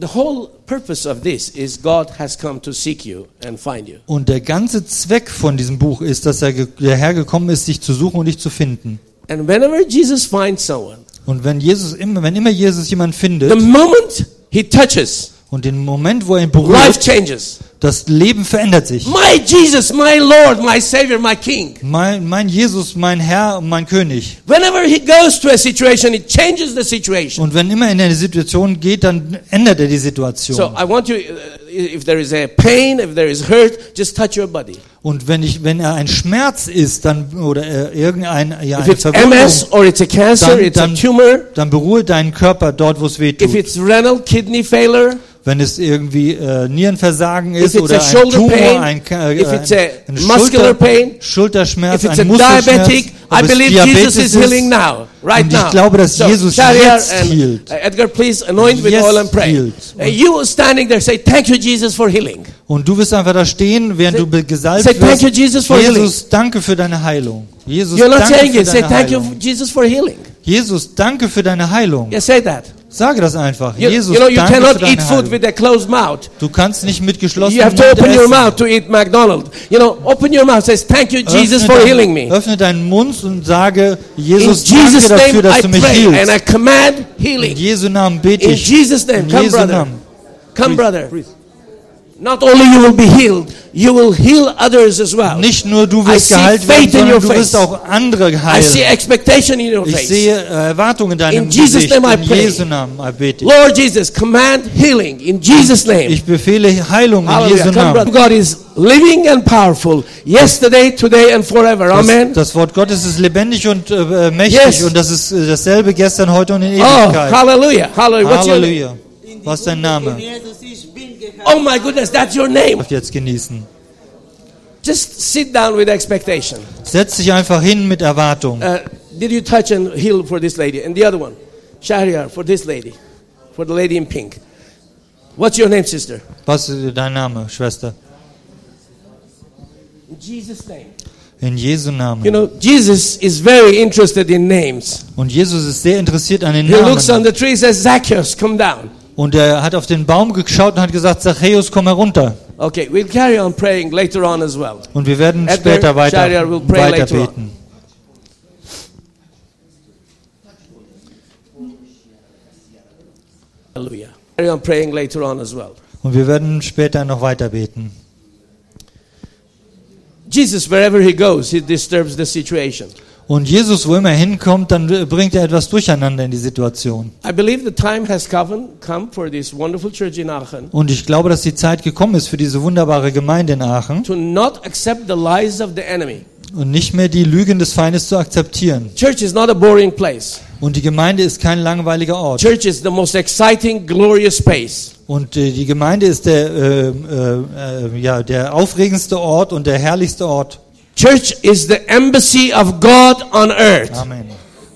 Speaker 1: The whole purpose of this is God has come to seek you and find you.
Speaker 3: Und der ganze Zweck von diesem Buch ist, dass er ge- der Herr gekommen ist, dich zu suchen und dich zu finden.
Speaker 1: And whenever Jesus finds someone,
Speaker 3: Und wenn Jesus immer, wenn immer Jesus jemand
Speaker 1: the
Speaker 3: findet
Speaker 1: moment he touches,
Speaker 3: und den Moment, wo er ihn
Speaker 1: life
Speaker 3: berührt,
Speaker 1: changes.
Speaker 3: das Leben verändert sich.
Speaker 1: My Jesus, my Lord, my Savior, my King.
Speaker 3: Mein, mein Jesus, mein Herr und mein König.
Speaker 1: Whenever he goes to a situation, it changes the situation.
Speaker 3: Und wenn immer er in eine Situation geht, dann ändert er die
Speaker 1: So
Speaker 3: Situation.
Speaker 1: I want you, uh, if there is a pain, if there is hurt, just touch your body.
Speaker 3: Und wenn ich, wenn er ein Schmerz ist, dann oder äh, irgendein ja,
Speaker 1: If
Speaker 3: eine
Speaker 1: it's MS
Speaker 3: Verwundung,
Speaker 1: or it's a cancer,
Speaker 3: Dann-
Speaker 1: it's a
Speaker 3: dann-
Speaker 1: tumor.
Speaker 3: dann berührt deinen Körper dort, wo es weh
Speaker 1: If
Speaker 3: tut.
Speaker 1: it's renal kidney failure,
Speaker 3: Wenn es irgendwie äh, Nierenversagen ist
Speaker 1: If it's
Speaker 3: oder
Speaker 1: a
Speaker 3: ein
Speaker 1: shoulder
Speaker 3: Tumor,
Speaker 1: pain,
Speaker 3: ein, Ka- äh,
Speaker 1: if it's a
Speaker 3: ein
Speaker 1: muscular
Speaker 3: Schulter,
Speaker 1: pain,
Speaker 3: Schulterschmerz,
Speaker 1: if it's a
Speaker 3: ein Muskelschmerz,
Speaker 1: diabetic,
Speaker 3: ob
Speaker 1: I
Speaker 3: es
Speaker 1: believe
Speaker 3: Diabetes
Speaker 1: Jesus is
Speaker 3: ist.
Speaker 1: healing now, right
Speaker 3: und ich
Speaker 1: now.
Speaker 3: glaube, dass Jesus
Speaker 1: Shahriar
Speaker 3: jetzt
Speaker 1: and uh,
Speaker 3: healt.
Speaker 1: Edgar, please anoint with
Speaker 3: Jetzt
Speaker 1: oil and pray.
Speaker 3: healt.
Speaker 1: Uh, you are standing there, say, thank you, Jesus, for healing.
Speaker 3: Und du wirst einfach da stehen, während
Speaker 1: Say-
Speaker 3: du be- gesalbt
Speaker 1: say,
Speaker 3: wirst.
Speaker 1: "Thank you, Jesus, for
Speaker 3: Jesus, danke für deine Heilung. Jesus,
Speaker 1: You're not
Speaker 3: danke
Speaker 1: saying
Speaker 3: für
Speaker 1: it. Say,
Speaker 3: deine
Speaker 1: thank you,
Speaker 3: Heilung.
Speaker 1: Jesus, for healing.
Speaker 3: Jesus, danke für deine Heilung.
Speaker 1: Yeah, say that.
Speaker 3: Sage das einfach.
Speaker 1: You,
Speaker 3: Jesus,
Speaker 1: you know, you
Speaker 3: danke für
Speaker 1: cannot
Speaker 3: deine
Speaker 1: eat
Speaker 3: Heilung.
Speaker 1: food with a closed mouth.
Speaker 3: du kannst nicht mit
Speaker 1: You
Speaker 3: geschlossenem
Speaker 1: have to
Speaker 3: Mund
Speaker 1: open your
Speaker 3: essen.
Speaker 1: mouth to eat McDonald's. You know, open your mouth. Says, thank you, Jesus,
Speaker 3: öffne,
Speaker 1: for
Speaker 3: dein-
Speaker 1: healing me.
Speaker 3: öffne deinen Mund und sage,
Speaker 1: In
Speaker 3: Jesus, danke
Speaker 1: Jesus'
Speaker 3: dafür,
Speaker 1: name,
Speaker 3: dass
Speaker 1: I
Speaker 3: du mich
Speaker 1: pray and
Speaker 3: healst.
Speaker 1: I command
Speaker 3: In
Speaker 1: healing.
Speaker 3: Jesu Namen bete
Speaker 1: In
Speaker 3: ich.
Speaker 1: Jesus' name,
Speaker 3: In
Speaker 1: come,
Speaker 3: Jesu
Speaker 1: brother.
Speaker 3: Namen.
Speaker 1: Come, brother. Not only you will be healed, you will heal others as well.
Speaker 3: Nicht nur du
Speaker 1: I
Speaker 3: wirst
Speaker 1: see
Speaker 3: geheilt werden,
Speaker 1: faith in your
Speaker 3: sondern du
Speaker 1: face.
Speaker 3: wirst auch andere
Speaker 1: I see
Speaker 3: heilen.
Speaker 1: expectation in your
Speaker 3: Ich
Speaker 1: face.
Speaker 3: sehe äh, Erwartungen in deinem
Speaker 1: In Jesus'
Speaker 3: Gesicht.
Speaker 1: name I
Speaker 3: In
Speaker 1: pray.
Speaker 3: Jesu Namen äh, bete ich.
Speaker 1: Lord Jesus, command healing in Jesus' name.
Speaker 3: Ich befehle Heilung in Jesu
Speaker 1: Hallelujah. Come, brother.
Speaker 3: Namen.
Speaker 1: God is living and powerful yesterday, today, and forever. Amen.
Speaker 3: Das, das Wort Gottes ist lebendig und äh, mächtig
Speaker 1: Yes.
Speaker 3: und das ist äh, dasselbe gestern, heute und in
Speaker 1: Oh,
Speaker 3: Ewigkeit.
Speaker 1: hallelujah. Hallelujah. What's your name?
Speaker 3: Halleluja. Was ist dein Name?
Speaker 1: Oh my goodness, that's your name.
Speaker 3: Darf jetzt genießen.
Speaker 1: Just sit down with expectation.
Speaker 3: Setz dich einfach hin mit Erwartung.
Speaker 1: Uh, did you touch and heal for this lady? And the other one, Shahriar, for this lady, for the lady in pink. What's your name, sister?
Speaker 3: Was ist dein Name, Schwester?
Speaker 1: In Jesus' name.
Speaker 3: In Jesu
Speaker 1: You
Speaker 3: Namen.
Speaker 1: know, Jesus is very interested in names.
Speaker 3: Und Jesus ist sehr interessiert an den
Speaker 1: He looks on
Speaker 3: Namen.
Speaker 1: the tree and says, Zacchaeus, come down.
Speaker 3: Und er hat auf den Baum geschaut und hat gesagt, Zachäus, komm herunter.
Speaker 1: Okay, we'll carry on praying later on as well.
Speaker 3: Und wir werden
Speaker 1: Edgar,
Speaker 3: später weiter,
Speaker 1: Shariar will pray
Speaker 3: weiter
Speaker 1: later on.
Speaker 3: beten.
Speaker 1: Hallelujah. Carry on praying later on as well.
Speaker 3: Und wir werden später noch weiter beten.
Speaker 1: Jesus, wherever he goes, he disturbs the situation.
Speaker 3: Und Jesus, wo immer er hinkommt, dann bringt er etwas durcheinander in die Situation.
Speaker 1: I believe the time has come, come for this wonderful church in Aachen
Speaker 3: Und ich glaube, dass die Zeit gekommen ist für diese wunderbare Gemeinde in Aachen
Speaker 1: to not accept the lies of the enemy.
Speaker 3: und nicht mehr die Lügen des Feindes zu akzeptieren.
Speaker 1: Church is not a boring place.
Speaker 3: Und die Gemeinde ist kein langweiliger Ort.
Speaker 1: Church is the most exciting, glorious space.
Speaker 3: Und äh, die Gemeinde ist der, äh, äh, äh, ja, der aufregendste Ort und der herrlichste Ort.
Speaker 1: Church is the embassy of God on earth.
Speaker 3: Amen.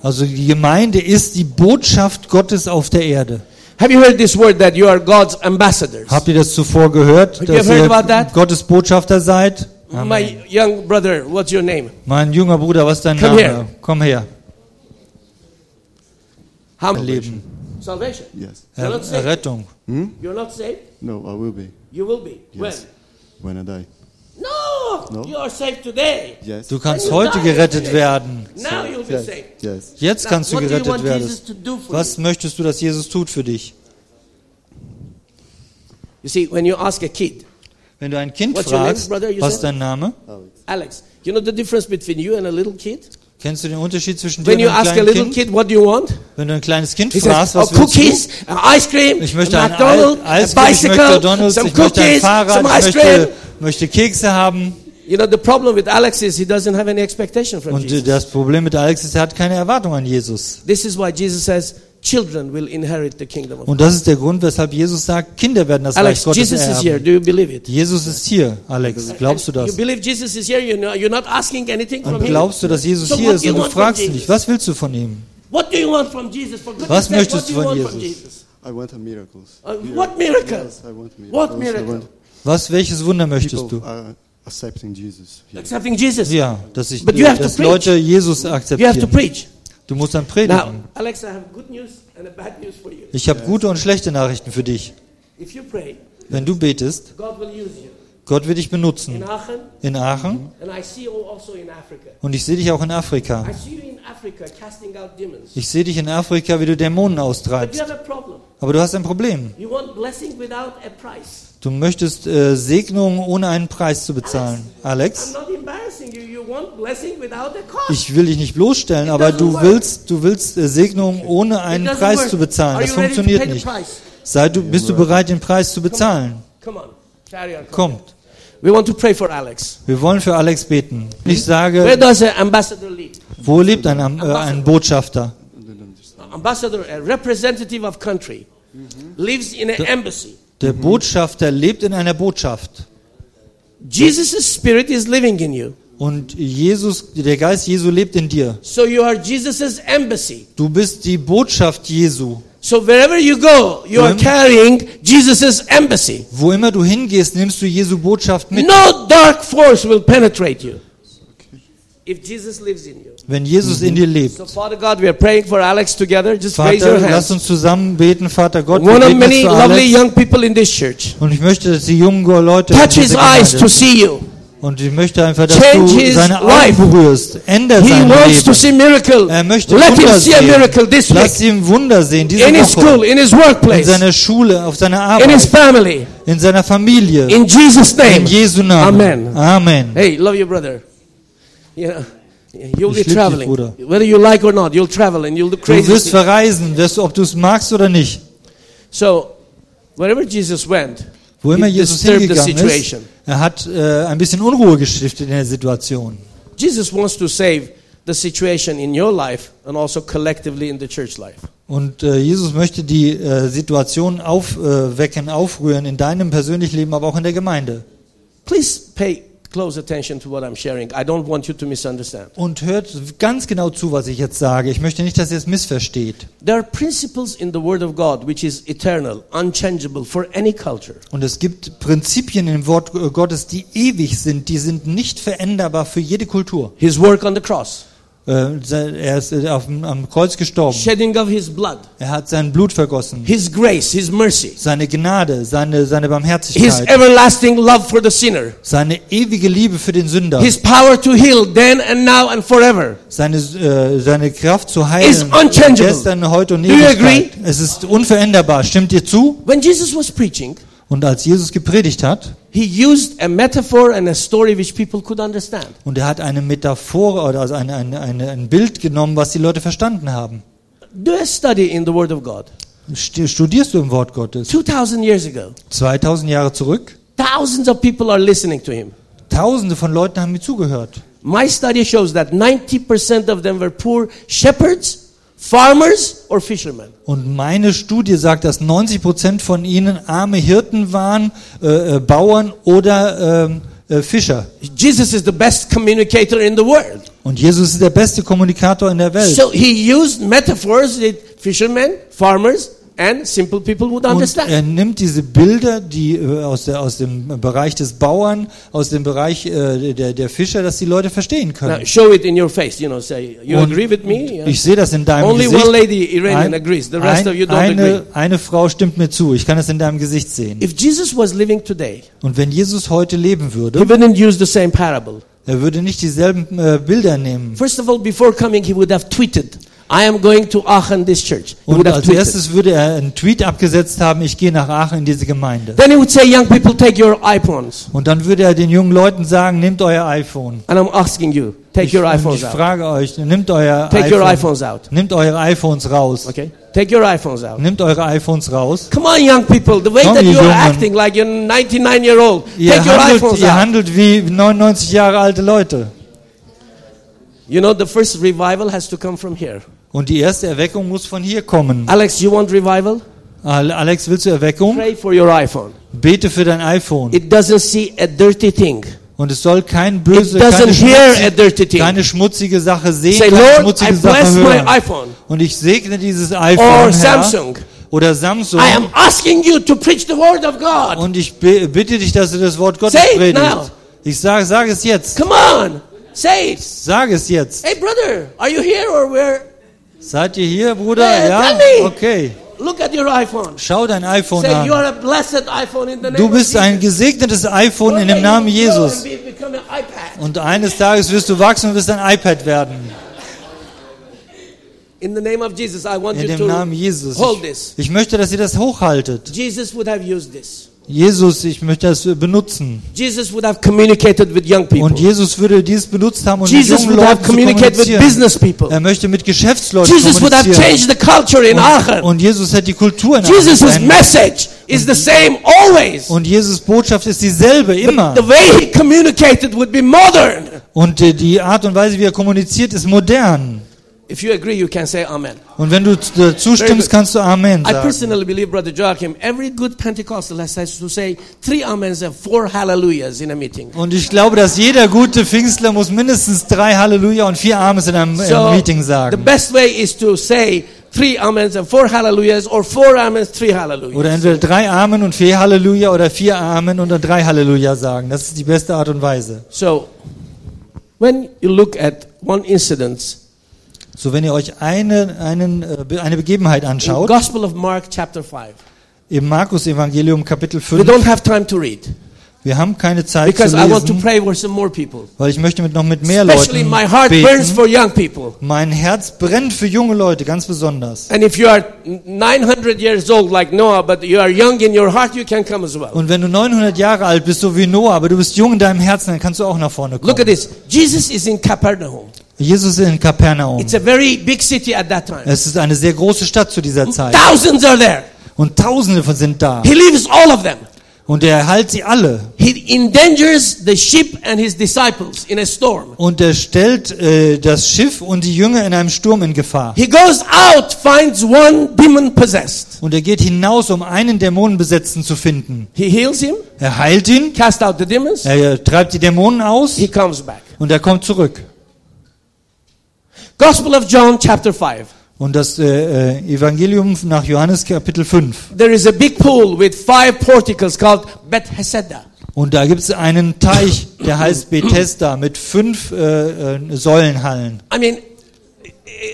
Speaker 3: Also die Gemeinde ist die Botschaft Gottes auf der Erde.
Speaker 1: Have you heard this word that you are God's ambassadors?
Speaker 3: Habt ihr das zuvor gehört,
Speaker 1: Have you
Speaker 3: dass
Speaker 1: heard about that?
Speaker 3: ihr Gottes Botschafter seid?
Speaker 1: My young brother, what's your name?
Speaker 3: Mein junger Bruder, was ist dein
Speaker 1: Come
Speaker 3: Name?
Speaker 1: here.
Speaker 3: Komm her,
Speaker 1: How
Speaker 3: Leben,
Speaker 1: Salvation.
Speaker 5: Yes.
Speaker 1: You're
Speaker 3: Er
Speaker 1: not saved.
Speaker 3: Errettung.
Speaker 1: You're not saved.
Speaker 5: No, I will be.
Speaker 1: You will be.
Speaker 5: Yes. When I
Speaker 1: When?
Speaker 5: die.
Speaker 1: No!
Speaker 5: No?
Speaker 1: You are saved today.
Speaker 5: Yes.
Speaker 3: Du kannst heute gerettet werden.
Speaker 1: Now you'll be
Speaker 5: yes.
Speaker 1: saved.
Speaker 5: Yes.
Speaker 3: Jetzt kannst du
Speaker 6: What do you
Speaker 3: gerettet
Speaker 6: want
Speaker 3: werden.
Speaker 6: Jesus to do for you?
Speaker 3: Was möchtest du, dass Jesus tut für dich?
Speaker 1: You see, when you ask a kid,
Speaker 3: Wenn du ein Kind
Speaker 1: What's your name,
Speaker 3: fragst,
Speaker 1: brother? You
Speaker 3: was ist
Speaker 1: said?
Speaker 3: dein Name?
Speaker 1: Alex, you know the difference between you and a little kid?
Speaker 3: Kennst du den Unterschied zwischen dir
Speaker 1: When
Speaker 3: und
Speaker 1: you
Speaker 3: einem
Speaker 1: ask a little
Speaker 3: kleinen Kind?
Speaker 1: kid, what do you want?
Speaker 3: Wenn du ein kleines Kind
Speaker 1: He says,
Speaker 3: fragst,
Speaker 1: oh,
Speaker 3: was willst
Speaker 1: cookies,
Speaker 3: du?
Speaker 1: uh, ice cream,
Speaker 3: Ich
Speaker 1: a
Speaker 3: möchte ein
Speaker 1: McDonald's,
Speaker 3: Ei-
Speaker 1: a
Speaker 3: Eis, ich möchte
Speaker 1: bicycle,
Speaker 3: McDonald's,
Speaker 1: some
Speaker 3: ich möchte ein
Speaker 1: cookies, some
Speaker 3: Fahrrad,
Speaker 1: ice
Speaker 3: ich
Speaker 1: cream.
Speaker 3: möchte, möchte Kekse haben.
Speaker 1: You know, the problem with Alex is he doesn't have any expectation from
Speaker 3: Und äh,
Speaker 1: Jesus.
Speaker 3: das Problem mit Alex ist, er hat keine Erwartung an Jesus.
Speaker 1: This is why Jesus says, children will inherit the kingdom of God.
Speaker 3: Und das ist der Grund, weshalb Jesus sagt, Kinder werden das Reich
Speaker 1: Alex,
Speaker 3: Gottes
Speaker 1: Jesus is here.
Speaker 3: erben.
Speaker 1: Do you believe it?
Speaker 3: Jesus ist hier, Alex. Glaubst du
Speaker 1: You
Speaker 3: das?
Speaker 1: believe Jesus is here? You know, you're not asking anything
Speaker 3: Und
Speaker 1: from him.
Speaker 3: glaubst du, dass Jesus
Speaker 1: So
Speaker 3: hier
Speaker 1: what
Speaker 3: ist
Speaker 1: do you
Speaker 3: und du
Speaker 1: want from
Speaker 3: fragst ihn
Speaker 1: Jesus?
Speaker 3: nicht, was willst du von ihm?
Speaker 1: What do you want from Jesus? For goodness
Speaker 3: Was
Speaker 1: sake,
Speaker 3: möchtest
Speaker 1: what do
Speaker 3: du
Speaker 1: you
Speaker 3: von
Speaker 1: want from
Speaker 3: Jesus?
Speaker 1: Jesus?
Speaker 5: I want a miracles.
Speaker 1: Uh, what miracle?
Speaker 5: Yes, I want miracles.
Speaker 1: What
Speaker 5: I
Speaker 1: miracle?
Speaker 5: want
Speaker 3: Was, welches Wunder möchtest
Speaker 5: people
Speaker 3: du?
Speaker 5: are accepting Jesus. Here.
Speaker 1: Accepting Jesus.
Speaker 3: Ja, dass ich,
Speaker 1: But you have to
Speaker 3: dass
Speaker 1: preach.
Speaker 3: Leute Jesus
Speaker 1: You have to
Speaker 3: akzeptieren.
Speaker 1: preach.
Speaker 3: Du musst dann predigen.
Speaker 1: Now, Alex, I have good news and a bad news for you.
Speaker 3: ich habe gute und schlechte Nachrichten für dich.
Speaker 1: If you pray,
Speaker 3: Wenn du betest,
Speaker 1: God will use you.
Speaker 3: Gott wird dich
Speaker 1: In
Speaker 3: benutzen.
Speaker 1: Aachen,
Speaker 3: In Aachen
Speaker 1: and I see you also in Africa.
Speaker 3: und ich sehe dich auch in Afrika.
Speaker 1: I see you in Africa casting out demons.
Speaker 3: Ich sehe dich in Afrika, wie du Dämonen
Speaker 1: But you
Speaker 3: austreibst.
Speaker 1: have a problem.
Speaker 3: Aber du hast ein Problem.
Speaker 1: You want blessing without a price.
Speaker 3: Du möchtest äh, Segnungen ohne einen Preis zu bezahlen.
Speaker 1: I'm
Speaker 3: Alex,
Speaker 1: not embarrassing you. You want blessing without a cost.
Speaker 3: ich will dich nicht bloßstellen, aber du willst, du willst äh, Segnungen ohne einen
Speaker 1: It doesn't
Speaker 3: Preis
Speaker 1: work.
Speaker 3: zu bezahlen.
Speaker 1: Are
Speaker 3: Das
Speaker 1: you ready to pay
Speaker 3: funktioniert
Speaker 1: the
Speaker 3: nicht.
Speaker 1: price?
Speaker 3: Sei du, bist du bereit, den Preis zu bezahlen?
Speaker 1: Come on. Carry on.
Speaker 3: Kommt.
Speaker 1: We want to pray for Alex.
Speaker 3: Wir wollen für Alex beten.
Speaker 1: Where
Speaker 3: Ich sage,
Speaker 1: does an ambassador live?
Speaker 3: wo lebt ein, Am- äh, ein Botschafter?
Speaker 1: Ambassador, a representative of country,
Speaker 3: Mhm.
Speaker 1: lives in an embassy.
Speaker 3: Der Botschafter lebt in einer Botschaft.
Speaker 1: Jesus' spirit is living in you.
Speaker 3: Und Jesus, der Geist Jesu lebt in dir.
Speaker 1: So you are Jesus' embassy.
Speaker 3: Du bist die Botschaft Jesu.
Speaker 1: So wherever you go, you are
Speaker 3: Mhm.
Speaker 1: carrying Jesus' embassy.
Speaker 3: Wo immer du hingehst, nimmst du Jesu Botschaft mit.
Speaker 1: No dark force will penetrate you if Jesus lives in you.
Speaker 3: Wenn Jesus in dir lebt.
Speaker 1: So, Father God, we are praying for Alex together. Just Mhm. raise your
Speaker 3: Vater, lass
Speaker 1: hands.
Speaker 3: uns zusammen beten, Vater Gott. wir
Speaker 1: One of
Speaker 3: beten
Speaker 1: many
Speaker 3: für
Speaker 1: lovely
Speaker 3: Alex.
Speaker 1: young people in this church.
Speaker 3: Und ich möchte, dass die jungen Leute
Speaker 1: Touch his
Speaker 3: unsere Gemeinde
Speaker 1: eyes to
Speaker 3: sind.
Speaker 1: see you.
Speaker 3: Und ich möchte einfach, dass
Speaker 1: Change
Speaker 3: du
Speaker 1: his
Speaker 3: seine Augen
Speaker 1: life.
Speaker 3: berührst. Ändere
Speaker 1: He
Speaker 3: sein
Speaker 1: wants to see
Speaker 3: Leben.
Speaker 1: miracle.
Speaker 3: Er möchte
Speaker 1: Let him
Speaker 3: Wunder
Speaker 1: see a miracle
Speaker 3: sehen.
Speaker 1: this
Speaker 3: Lass
Speaker 1: week.
Speaker 3: ihn Wunder sehen, diese
Speaker 1: In his school,
Speaker 3: Woche.
Speaker 1: in his
Speaker 3: In
Speaker 1: workplace,
Speaker 3: seiner Schule, auf seiner
Speaker 1: in his
Speaker 3: Arbeit,
Speaker 1: family.
Speaker 3: in seiner Familie.
Speaker 1: In Jesus'
Speaker 3: In
Speaker 1: name.
Speaker 3: Jesu Namen.
Speaker 1: Amen.
Speaker 3: Amen.
Speaker 1: Hey, love your brother. You know, you'll
Speaker 3: Ich
Speaker 1: be
Speaker 3: lieb dich,
Speaker 1: traveling.
Speaker 3: Bruder.
Speaker 1: Whether you like or not, you'll travel and you'll do
Speaker 3: Du
Speaker 1: crazy.
Speaker 3: wirst
Speaker 1: things.
Speaker 3: verreisen, wirst, ob du es magst oder nicht.
Speaker 1: So, wherever Jesus went,
Speaker 3: Wo immer
Speaker 1: He
Speaker 3: Jesus
Speaker 1: disturbed the
Speaker 3: hingegangen ist,
Speaker 1: situation.
Speaker 3: er hat äh, ein bisschen Unruhe gestiftet in der Situation.
Speaker 1: Jesus wants to save the situation in your life and also collectively in the church life.
Speaker 3: Und äh, Jesus möchte die äh, Situation aufwecken, äh, wecken, aufrühren in deinem persönlichen Leben, aber auch in der Gemeinde.
Speaker 1: Please pay close attention to what I'm sharing. I don't want you to misunderstand.
Speaker 3: Und hört ganz genau zu, was ich jetzt sage. Ich möchte nicht, dass ihr es missversteht.
Speaker 1: There are principles in the Word of God which is eternal, unchangeable for any culture.
Speaker 3: Und es gibt Prinzipien im Wort äh, Gottes, die ewig sind, die sind nicht veränderbar für jede Kultur.
Speaker 1: His work on the cross,
Speaker 3: Äh, se- er ist äh, auf dem, am Kreuz gestorben.
Speaker 1: shedding of His blood,
Speaker 3: Er hat sein Blut vergossen.
Speaker 1: His grace, His mercy,
Speaker 3: Seine Gnade, seine, seine
Speaker 1: His
Speaker 3: Barmherzigkeit,
Speaker 1: everlasting love for the sinner,
Speaker 3: seine ewige Liebe für den Sünder,
Speaker 1: His power to heal then and now and forever.
Speaker 3: seine, äh, seine Kraft zu
Speaker 1: Is
Speaker 3: heilen,
Speaker 1: unchangeable.
Speaker 3: gestern, heute und
Speaker 1: Do you
Speaker 3: Ewigkeit. Es ist unveränderbar. Stimmt ihr zu?
Speaker 1: When Jesus was preaching,
Speaker 3: Und als Jesus gepredigt hat,
Speaker 1: He used a metaphor and a story which people could understand.
Speaker 3: und er hat eine Metaphor oder also ein, ein, ein, ein Bild genommen, was die Leute verstanden haben.
Speaker 1: Do a study in the Word of God.
Speaker 3: St- Studierst du im Wort Gottes?
Speaker 1: 2,000 years ago,
Speaker 3: 2000 Jahre zurück?
Speaker 1: thousands of people are listening to Him.
Speaker 3: Tausende von Leuten haben mir zugehört.
Speaker 1: My study shows that 90% of them were poor shepherds, farmers, or fishermen.
Speaker 3: Und meine Studie sagt, dass 90 Prozent von ihnen arme Hirten waren, äh, äh, Bauern oder ähm, äh, Fischer.
Speaker 1: Jesus is the best communicator in the world.
Speaker 3: Und Jesus ist der beste Kommunikator in der Welt.
Speaker 1: So he used metaphors that fishermen, farmers, and simple people would
Speaker 3: und er
Speaker 1: understand.
Speaker 3: nimmt diese Bilder, die äh, aus, der, aus dem Bereich des Bauern, aus dem Bereich äh, der, der Fischer, dass die Leute verstehen
Speaker 1: Now,
Speaker 3: können.
Speaker 1: show it in your face, you know, say, you
Speaker 3: Und
Speaker 1: agree with me?
Speaker 3: Ich sehe das in deinem
Speaker 1: Only
Speaker 3: Gesicht.
Speaker 1: one lady, Iranian, agrees. The rest of you don't
Speaker 3: eine,
Speaker 1: agree.
Speaker 3: eine Frau stimmt mir zu. Ich kann es in deinem Gesicht sehen.
Speaker 1: If Jesus was living today,
Speaker 3: Und wenn Jesus heute leben
Speaker 1: he
Speaker 3: würde,
Speaker 1: wouldn't use the same parable.
Speaker 3: er würde nicht dieselben äh, Bilder nehmen.
Speaker 1: First of all, before coming, he would have tweeted, I am going to Aachen, this church. He would
Speaker 3: Und
Speaker 1: have
Speaker 3: als
Speaker 1: tweeted.
Speaker 3: erstes würde er einen Tweet abgesetzt haben, ich gehe nach Aachen in diese Gemeinde.
Speaker 1: Then he would say, young people, take your iPhones.
Speaker 3: Und dann würde er den jungen Leuten sagen, nehmt euer iPhone.
Speaker 1: And I'm asking you, take
Speaker 3: Ich,
Speaker 1: your
Speaker 3: und ich
Speaker 1: iPhones out.
Speaker 3: frage euch, nehmt euer
Speaker 1: Take your
Speaker 3: iPhone.
Speaker 1: iPhones out.
Speaker 3: Nehmt eure iPhones raus.
Speaker 1: Okay? Take your iPhones out.
Speaker 3: Nehmt eure iPhones raus.
Speaker 1: Come on, young people. The way
Speaker 3: Komm,
Speaker 1: that
Speaker 3: ihr
Speaker 1: you are
Speaker 3: Jungen.
Speaker 1: acting like you're 99 year old.
Speaker 3: Ihr
Speaker 1: Take your
Speaker 3: handelt,
Speaker 1: iPhones
Speaker 3: ihr
Speaker 1: out.
Speaker 3: handelt wie 99 Jahre alte Leute.
Speaker 1: You know, the first revival has to come from here.
Speaker 3: Und die erste Erweckung muss von hier kommen.
Speaker 1: Alex, you want revival?
Speaker 3: Al- Alex, willst du Erweckung?
Speaker 1: Pray for your iPhone.
Speaker 3: Bete für dein iPhone.
Speaker 1: It doesn't see a dirty thing.
Speaker 3: Und es soll kein
Speaker 1: It
Speaker 3: böse,
Speaker 1: doesn't
Speaker 3: keine
Speaker 1: hear a
Speaker 3: schmutzige,
Speaker 1: dirty thing.
Speaker 3: keine schmutzige Sache sehen,
Speaker 1: Say,
Speaker 3: keine
Speaker 1: Lord, I
Speaker 3: schmutzige Sache
Speaker 1: bless my
Speaker 3: hören.
Speaker 1: iPhone.
Speaker 3: Und ich segne dieses iPhone,
Speaker 1: Or
Speaker 3: Herr,
Speaker 1: Samsung.
Speaker 3: oder Samsung.
Speaker 1: I am asking you to preach the word of God.
Speaker 3: Und ich be- bitte dich, dass du das Wort Gottes
Speaker 1: Say it now.
Speaker 3: predigst. Ich sage, sag es jetzt.
Speaker 1: Come on, say it.
Speaker 3: Sag es jetzt.
Speaker 1: Hey, brother, are you here or where?
Speaker 3: Seid ihr hier, Bruder?
Speaker 1: Hey,
Speaker 3: ja?
Speaker 1: Danny!
Speaker 3: Okay.
Speaker 1: Look at your iPhone.
Speaker 3: Schau dein iPhone
Speaker 1: Say, you
Speaker 3: an.
Speaker 1: are a blessed iPhone in the name
Speaker 3: Du bist
Speaker 1: of
Speaker 3: ein
Speaker 1: Jesus.
Speaker 3: gesegnetes iPhone in
Speaker 1: One
Speaker 3: dem
Speaker 1: day
Speaker 3: Namen
Speaker 1: you will grow
Speaker 3: Jesus.
Speaker 1: and be- become an iPad.
Speaker 3: Und eines Tages wirst du wachsen und wirst ein iPad werden.
Speaker 1: In the name of Jesus, I want
Speaker 3: In
Speaker 1: you
Speaker 3: dem
Speaker 1: to
Speaker 3: Namen Jesus.
Speaker 1: hold
Speaker 3: Ich,
Speaker 1: this.
Speaker 3: ich möchte, dass ihr das hochhaltet.
Speaker 1: Jesus would have used this.
Speaker 3: Jesus, ich möchte das benutzen.
Speaker 1: Jesus would have communicated with young people.
Speaker 3: Und Jesus würde dies benutzt haben, um
Speaker 1: Jesus
Speaker 3: mit jungen
Speaker 1: would have
Speaker 3: Leuten zu
Speaker 1: communicated with
Speaker 3: kommunizieren.
Speaker 1: business people.
Speaker 3: Er möchte mit Geschäftsleuten
Speaker 1: Jesus would have
Speaker 3: kommunizieren.
Speaker 1: changed the culture in
Speaker 3: Und,
Speaker 1: Aachen.
Speaker 3: und Jesus hat die Kultur in
Speaker 1: Jesus'
Speaker 3: Aachen verändert.
Speaker 1: message is the same always.
Speaker 3: Und Jesus' Botschaft ist dieselbe immer.
Speaker 1: The way he communicated would be modern.
Speaker 3: Und äh, die Art und Weise, wie er kommuniziert, ist modern.
Speaker 1: If you agree, you can say amen.
Speaker 3: Und wenn du äh,
Speaker 1: Very good.
Speaker 3: zustimmst, kannst du Amen
Speaker 1: I
Speaker 3: sagen.
Speaker 1: personally believe, Brother Joachim, every good Pentecostal has to say three amens and four hallelujahs in a meeting.
Speaker 3: Und ich glaube, dass jeder gute Pfingstler muss mindestens drei Halleluja und vier Ames in einem, in einem Meeting
Speaker 1: the
Speaker 3: sagen.
Speaker 1: best way is to say three amens and four hallelujahs or four amens, three
Speaker 3: Oder
Speaker 1: hallelujahs.
Speaker 3: entweder drei Amen und vier Halleluja oder vier Amen und dann drei Halleluja sagen. Das ist die beste Art und Weise.
Speaker 1: So, when you look at one incident,
Speaker 3: So, wenn ihr euch eine, einen, äh, be- eine Begebenheit
Speaker 1: in
Speaker 3: anschaut,
Speaker 1: Gospel of Mark chapter 5,
Speaker 3: im Markus-Evangelium
Speaker 1: we
Speaker 3: Kapitel 5,
Speaker 1: don't have time to read
Speaker 3: wir haben keine Zeit zu
Speaker 1: because I want to
Speaker 3: lesen,
Speaker 1: pray for some more people.
Speaker 3: weil ich möchte mit noch mit mehr
Speaker 1: Especially
Speaker 3: Leuten
Speaker 1: my heart burns
Speaker 3: beten.
Speaker 1: for young people.
Speaker 3: Mein Herz brennt für junge Leute, ganz besonders.
Speaker 1: And if you are 900 years old like Noah, but you are young in your heart, you can come as well.
Speaker 3: Und wenn du 900 Jahre alt bist, so wie Noah, aber du bist jung in deinem Herzen, dann kannst du auch nach vorne kommen.
Speaker 1: Look at this. Jesus is in Capernaum.
Speaker 3: Jesus in Kapernaum.
Speaker 1: It's a very big city at that time.
Speaker 3: Es ist eine sehr große Stadt zu dieser Zeit.
Speaker 1: Thousands are there.
Speaker 3: Und Tausende von sind da.
Speaker 1: He leaves all of them.
Speaker 3: Und er heilt sie alle.
Speaker 1: He endangers the ship and his disciples in a storm.
Speaker 3: Und er stellt äh, das Schiff und die Jünger in einem Sturm in Gefahr.
Speaker 1: He goes out, finds one demon possessed.
Speaker 3: Und er geht hinaus, um einen Dämonenbesetzten zu finden.
Speaker 1: He heals him,
Speaker 3: Er heilt ihn,
Speaker 1: casts out the demons,
Speaker 3: er äh, treibt die Dämonen aus
Speaker 1: he comes back.
Speaker 3: und er kommt zurück.
Speaker 1: Gospel of John, chapter 5.
Speaker 3: Und das äh, äh, Evangelium nach Johannes Kapitel 5.
Speaker 1: There is a big pool with five porticles called Bethesda.
Speaker 3: Und da gibt es einen Teich, der heißt Bethesda mit fünf äh, äh, Säulenhallen.
Speaker 1: I mean,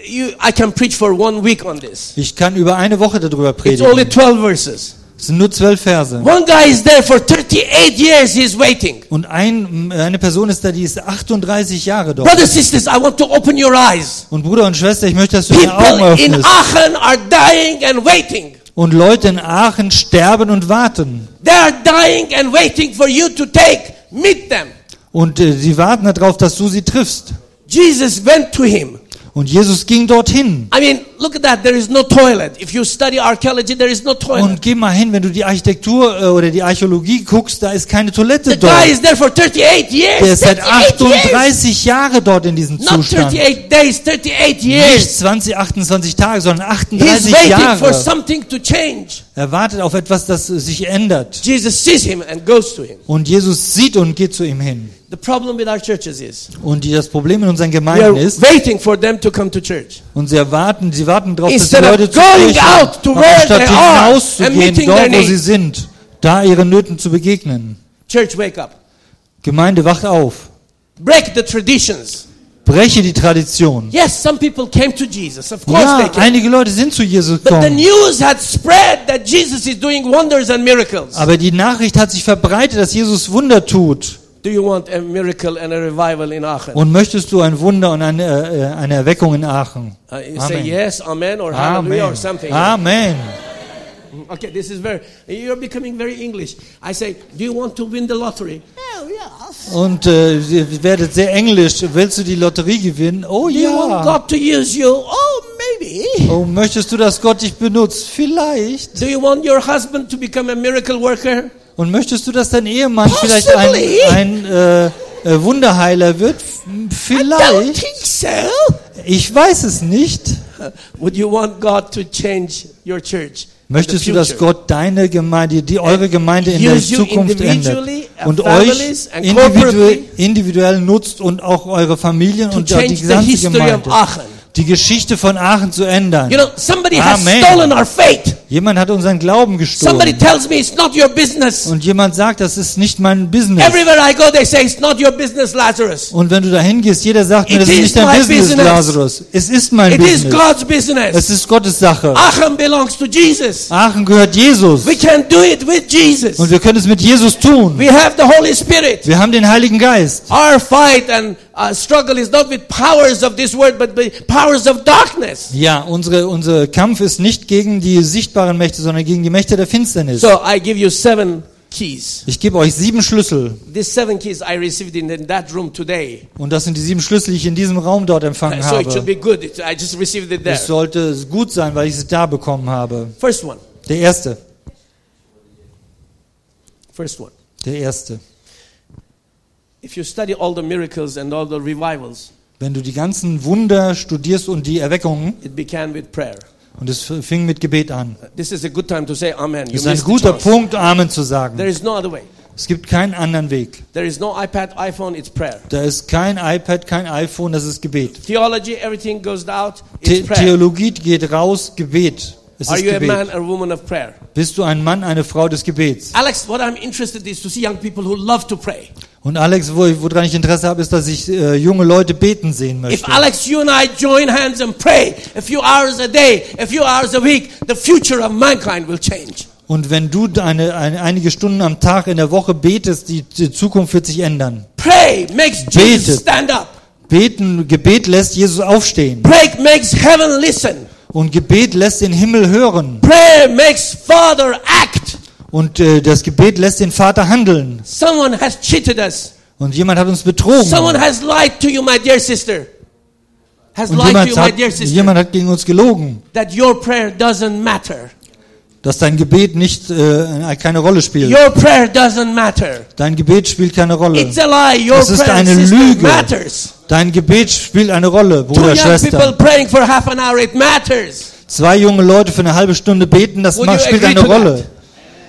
Speaker 1: you, I can preach for one week on this.
Speaker 3: Ich kann über eine Woche darüber
Speaker 1: It's only
Speaker 3: predigen.
Speaker 1: 12 verses.
Speaker 3: Es sind nur zwölf Verse.
Speaker 1: One guy is there for 38 years, he's waiting.
Speaker 3: Und ein, eine Person ist da, die ist 38 Jahre dort.
Speaker 1: Brothers, sisters, I want to open your eyes.
Speaker 3: Und Bruder und Schwester, ich möchte, dass du deine Augen
Speaker 1: People in
Speaker 3: öffnest.
Speaker 1: Aachen are dying and waiting.
Speaker 3: Und Leute in Aachen sterben und warten.
Speaker 1: They are dying and waiting for you to take, meet them.
Speaker 3: Und äh, sie warten darauf, dass du sie triffst.
Speaker 1: Jesus went to him.
Speaker 3: Und Jesus ging dorthin.
Speaker 1: I mean, look at that. There is no toilet. If you study archaeology, there is no
Speaker 3: Und
Speaker 1: toilet.
Speaker 3: geh mal hin, wenn du die Architektur äh, oder die Archäologie guckst, da ist keine
Speaker 1: The
Speaker 3: Toilette
Speaker 1: guy
Speaker 3: dort.
Speaker 1: is there for 38 years.
Speaker 3: Der ist seit
Speaker 1: 38 years.
Speaker 3: 38 Jahre dort in diesem
Speaker 1: Not
Speaker 3: Zustand.
Speaker 1: 38 days, 38
Speaker 3: Nicht
Speaker 1: years.
Speaker 3: 20, 28 Tage, sondern
Speaker 1: He's
Speaker 3: 38
Speaker 1: waiting for
Speaker 3: Jahre.
Speaker 1: something to change.
Speaker 3: Er wartet auf etwas, das äh, sich ändert.
Speaker 1: Jesus sees him and goes to him.
Speaker 3: Und Jesus sieht und geht zu ihm hin.
Speaker 1: The problem with our churches is
Speaker 3: Und die, das Problem in unseren
Speaker 1: we are
Speaker 3: Gemeinden ist,
Speaker 1: waiting for them to come to church.
Speaker 3: und sie erwarten, sie warten darauf, dass die
Speaker 1: Instead of
Speaker 3: Leute zu
Speaker 1: going
Speaker 3: Kirche,
Speaker 1: out to
Speaker 3: kommen,
Speaker 1: where
Speaker 3: anstatt
Speaker 1: they are and
Speaker 3: hinauszugehen,
Speaker 1: meeting their
Speaker 3: dort wo sie
Speaker 1: needs.
Speaker 3: sind, da ihren Nöten zu begegnen.
Speaker 1: Church, wake up.
Speaker 3: Gemeinde, wacht auf.
Speaker 1: Break the traditions.
Speaker 3: Breche die Tradition.
Speaker 1: Yes, some people came to Jesus. Of course they
Speaker 3: Ja,
Speaker 1: came.
Speaker 3: einige Leute sind zu Jesus
Speaker 1: But the
Speaker 3: gekommen.
Speaker 1: news had spread that Jesus is doing wonders and miracles.
Speaker 3: Aber die Nachricht hat sich verbreitet, dass Jesus Wunder tut.
Speaker 1: Do you want a miracle and a revival in Aachen?
Speaker 3: Und möchtest du ein Wunder und eine, äh, eine Erweckung in Aachen?
Speaker 1: Uh, you say
Speaker 3: Amen.
Speaker 1: yes, amen, or hallelujah,
Speaker 3: Amen. Ah,
Speaker 1: or something.
Speaker 3: Amen.
Speaker 1: Okay, this is very, you're becoming very English. I say, do you want to win the lottery? Oh, yes.
Speaker 3: Und äh, ihr werdet sehr englisch. Willst du die Lotterie gewinnen? Oh
Speaker 1: Do you want
Speaker 3: ja.
Speaker 1: God to use you? Oh, maybe.
Speaker 3: Oh, möchtest du, dass Gott dich benutzt? Vielleicht.
Speaker 1: Do you want your husband to become a miracle worker?
Speaker 3: Und möchtest du, dass dein Ehemann vielleicht
Speaker 1: Possibly.
Speaker 3: ein, ein äh, äh, Wunderheiler wird? F-
Speaker 1: Don't
Speaker 3: Vielleicht.
Speaker 1: think so.
Speaker 3: Ich weiß es nicht.
Speaker 1: Would you want God to change your church? in
Speaker 3: Möchtest
Speaker 1: the
Speaker 3: du, dass
Speaker 1: future?
Speaker 3: Gott deine Gemeinde, die eure Gemeinde in der
Speaker 1: Use you
Speaker 3: Zukunft
Speaker 1: individually,
Speaker 3: ändert und
Speaker 1: our families
Speaker 3: euch
Speaker 1: and
Speaker 3: individuell,
Speaker 1: corporately
Speaker 3: individuell nutzt und auch eure Familien
Speaker 1: to
Speaker 3: und auch die
Speaker 1: change the
Speaker 3: gesamte
Speaker 1: history of
Speaker 3: Gemeinde,
Speaker 1: Aachen?
Speaker 3: die Geschichte von Aachen zu ändern?
Speaker 1: You know, somebody has
Speaker 3: Amen.
Speaker 1: stolen our faith.
Speaker 3: Jemand hat unseren Glauben
Speaker 1: Somebody
Speaker 3: gestohlen.
Speaker 1: tells me it's not your business.
Speaker 3: Und jemand sagt, das ist nicht mein Business.
Speaker 1: Everywhere I go, they say it's not your business, Lazarus.
Speaker 3: Und wenn du dahin gehst, jeder sagt mir,
Speaker 1: It
Speaker 3: das ist
Speaker 1: is
Speaker 3: nicht dein
Speaker 1: my
Speaker 3: Business,
Speaker 1: business.
Speaker 3: Lazarus. Es ist mein
Speaker 1: It is
Speaker 3: Business.
Speaker 1: God's
Speaker 3: Es
Speaker 1: business.
Speaker 3: ist Gottes Sache.
Speaker 1: Achem belongs to Jesus.
Speaker 3: Aachen gehört Jesus.
Speaker 1: We can do it with Jesus.
Speaker 3: Und wir können es mit Jesus tun.
Speaker 1: We have the Holy Spirit.
Speaker 3: Wir haben den Heiligen Geist.
Speaker 1: Our fight and uh, struggle is not with powers of this world, but with powers of darkness.
Speaker 3: Ja, unsere, unser Kampf ist nicht gegen die sichtbaren Mächte, sondern gegen die Mächte der Finsternis.
Speaker 1: So I give you seven keys.
Speaker 3: Ich gebe euch sieben Schlüssel.
Speaker 1: These seven keys I received in, in that room today.
Speaker 3: Und das sind die sieben Schlüssel, die ich in diesem Raum dort empfangen
Speaker 1: So it should be
Speaker 3: habe.
Speaker 1: good. It- I just received it there.
Speaker 3: Es sollte gut sein, weil ich es da bekommen habe.
Speaker 1: First one.
Speaker 3: Der erste.
Speaker 1: First one.
Speaker 3: Der erste.
Speaker 1: If you study all the miracles and all the revivals,
Speaker 3: Wenn du die ganzen Wunder studierst und die Erweckungen,
Speaker 1: it began with prayer.
Speaker 3: und es fing mit Gebet an.
Speaker 1: This is a good time to say Amen. You
Speaker 3: Es ist ein
Speaker 1: missed the
Speaker 3: guter
Speaker 1: chance.
Speaker 3: Punkt, Amen zu sagen.
Speaker 1: There is no other way.
Speaker 3: Es gibt keinen anderen Weg.
Speaker 1: There is no iPad, iPhone, it's prayer.
Speaker 3: Da ist kein iPad, kein iPhone, das ist Gebet.
Speaker 1: Theology, everything goes out,
Speaker 3: The
Speaker 1: it's prayer.
Speaker 3: Theologie geht raus, Gebet. Es
Speaker 1: Are
Speaker 3: ist
Speaker 1: you a man
Speaker 3: Gebet.
Speaker 1: or woman of prayer?
Speaker 3: Bist du ein Mann, eine Frau des Gebets?
Speaker 1: Alex, what I'm interested is to see young people who love to pray.
Speaker 3: Und Alex, wo ich, woran ich Interesse habe, ist, dass ich äh, junge Leute beten sehen
Speaker 1: If
Speaker 3: möchte.
Speaker 1: Alex, you and I join hands and pray a few hours a day, a few hours a week, the future of mankind will change.
Speaker 3: Und wenn du eine, eine, einige Stunden am Tag in der Woche betest, die, die Zukunft wird sich ändern.
Speaker 1: Pray makes Jesus
Speaker 3: Betet.
Speaker 1: stand up.
Speaker 3: Beten, Gebet lässt Jesus aufstehen.
Speaker 1: Pray makes heaven listen.
Speaker 3: Und Gebet lässt den Himmel hören.
Speaker 1: Prayer makes Father act.
Speaker 3: Und äh, das Gebet lässt den Vater handeln.
Speaker 1: Someone has cheated us.
Speaker 3: Und jemand hat uns betrogen.
Speaker 1: Someone has lied to you, my dear sister. Has
Speaker 3: Und
Speaker 1: lied to you,
Speaker 3: jemand
Speaker 1: my
Speaker 3: hat,
Speaker 1: dear sister.
Speaker 3: jemand hat gegen uns gelogen,
Speaker 1: That your prayer doesn't matter.
Speaker 3: dass dein Gebet nicht äh, keine Rolle spielt.
Speaker 1: Your prayer doesn't matter.
Speaker 3: Dein Gebet spielt keine Rolle.
Speaker 1: It's a lie. Your
Speaker 3: Es ist
Speaker 1: prayer
Speaker 3: eine
Speaker 1: sister
Speaker 3: Lüge.
Speaker 1: matters.
Speaker 3: Dein Gebet spielt eine Rolle,
Speaker 1: Two
Speaker 3: Bruder,
Speaker 1: young people
Speaker 3: Schwester.
Speaker 1: praying for half an hour, it matters.
Speaker 3: Zwei junge Leute für eine halbe Stunde beten, das
Speaker 1: Would
Speaker 3: macht,
Speaker 1: you
Speaker 3: spielt
Speaker 1: agree
Speaker 3: eine
Speaker 1: to
Speaker 3: Rolle.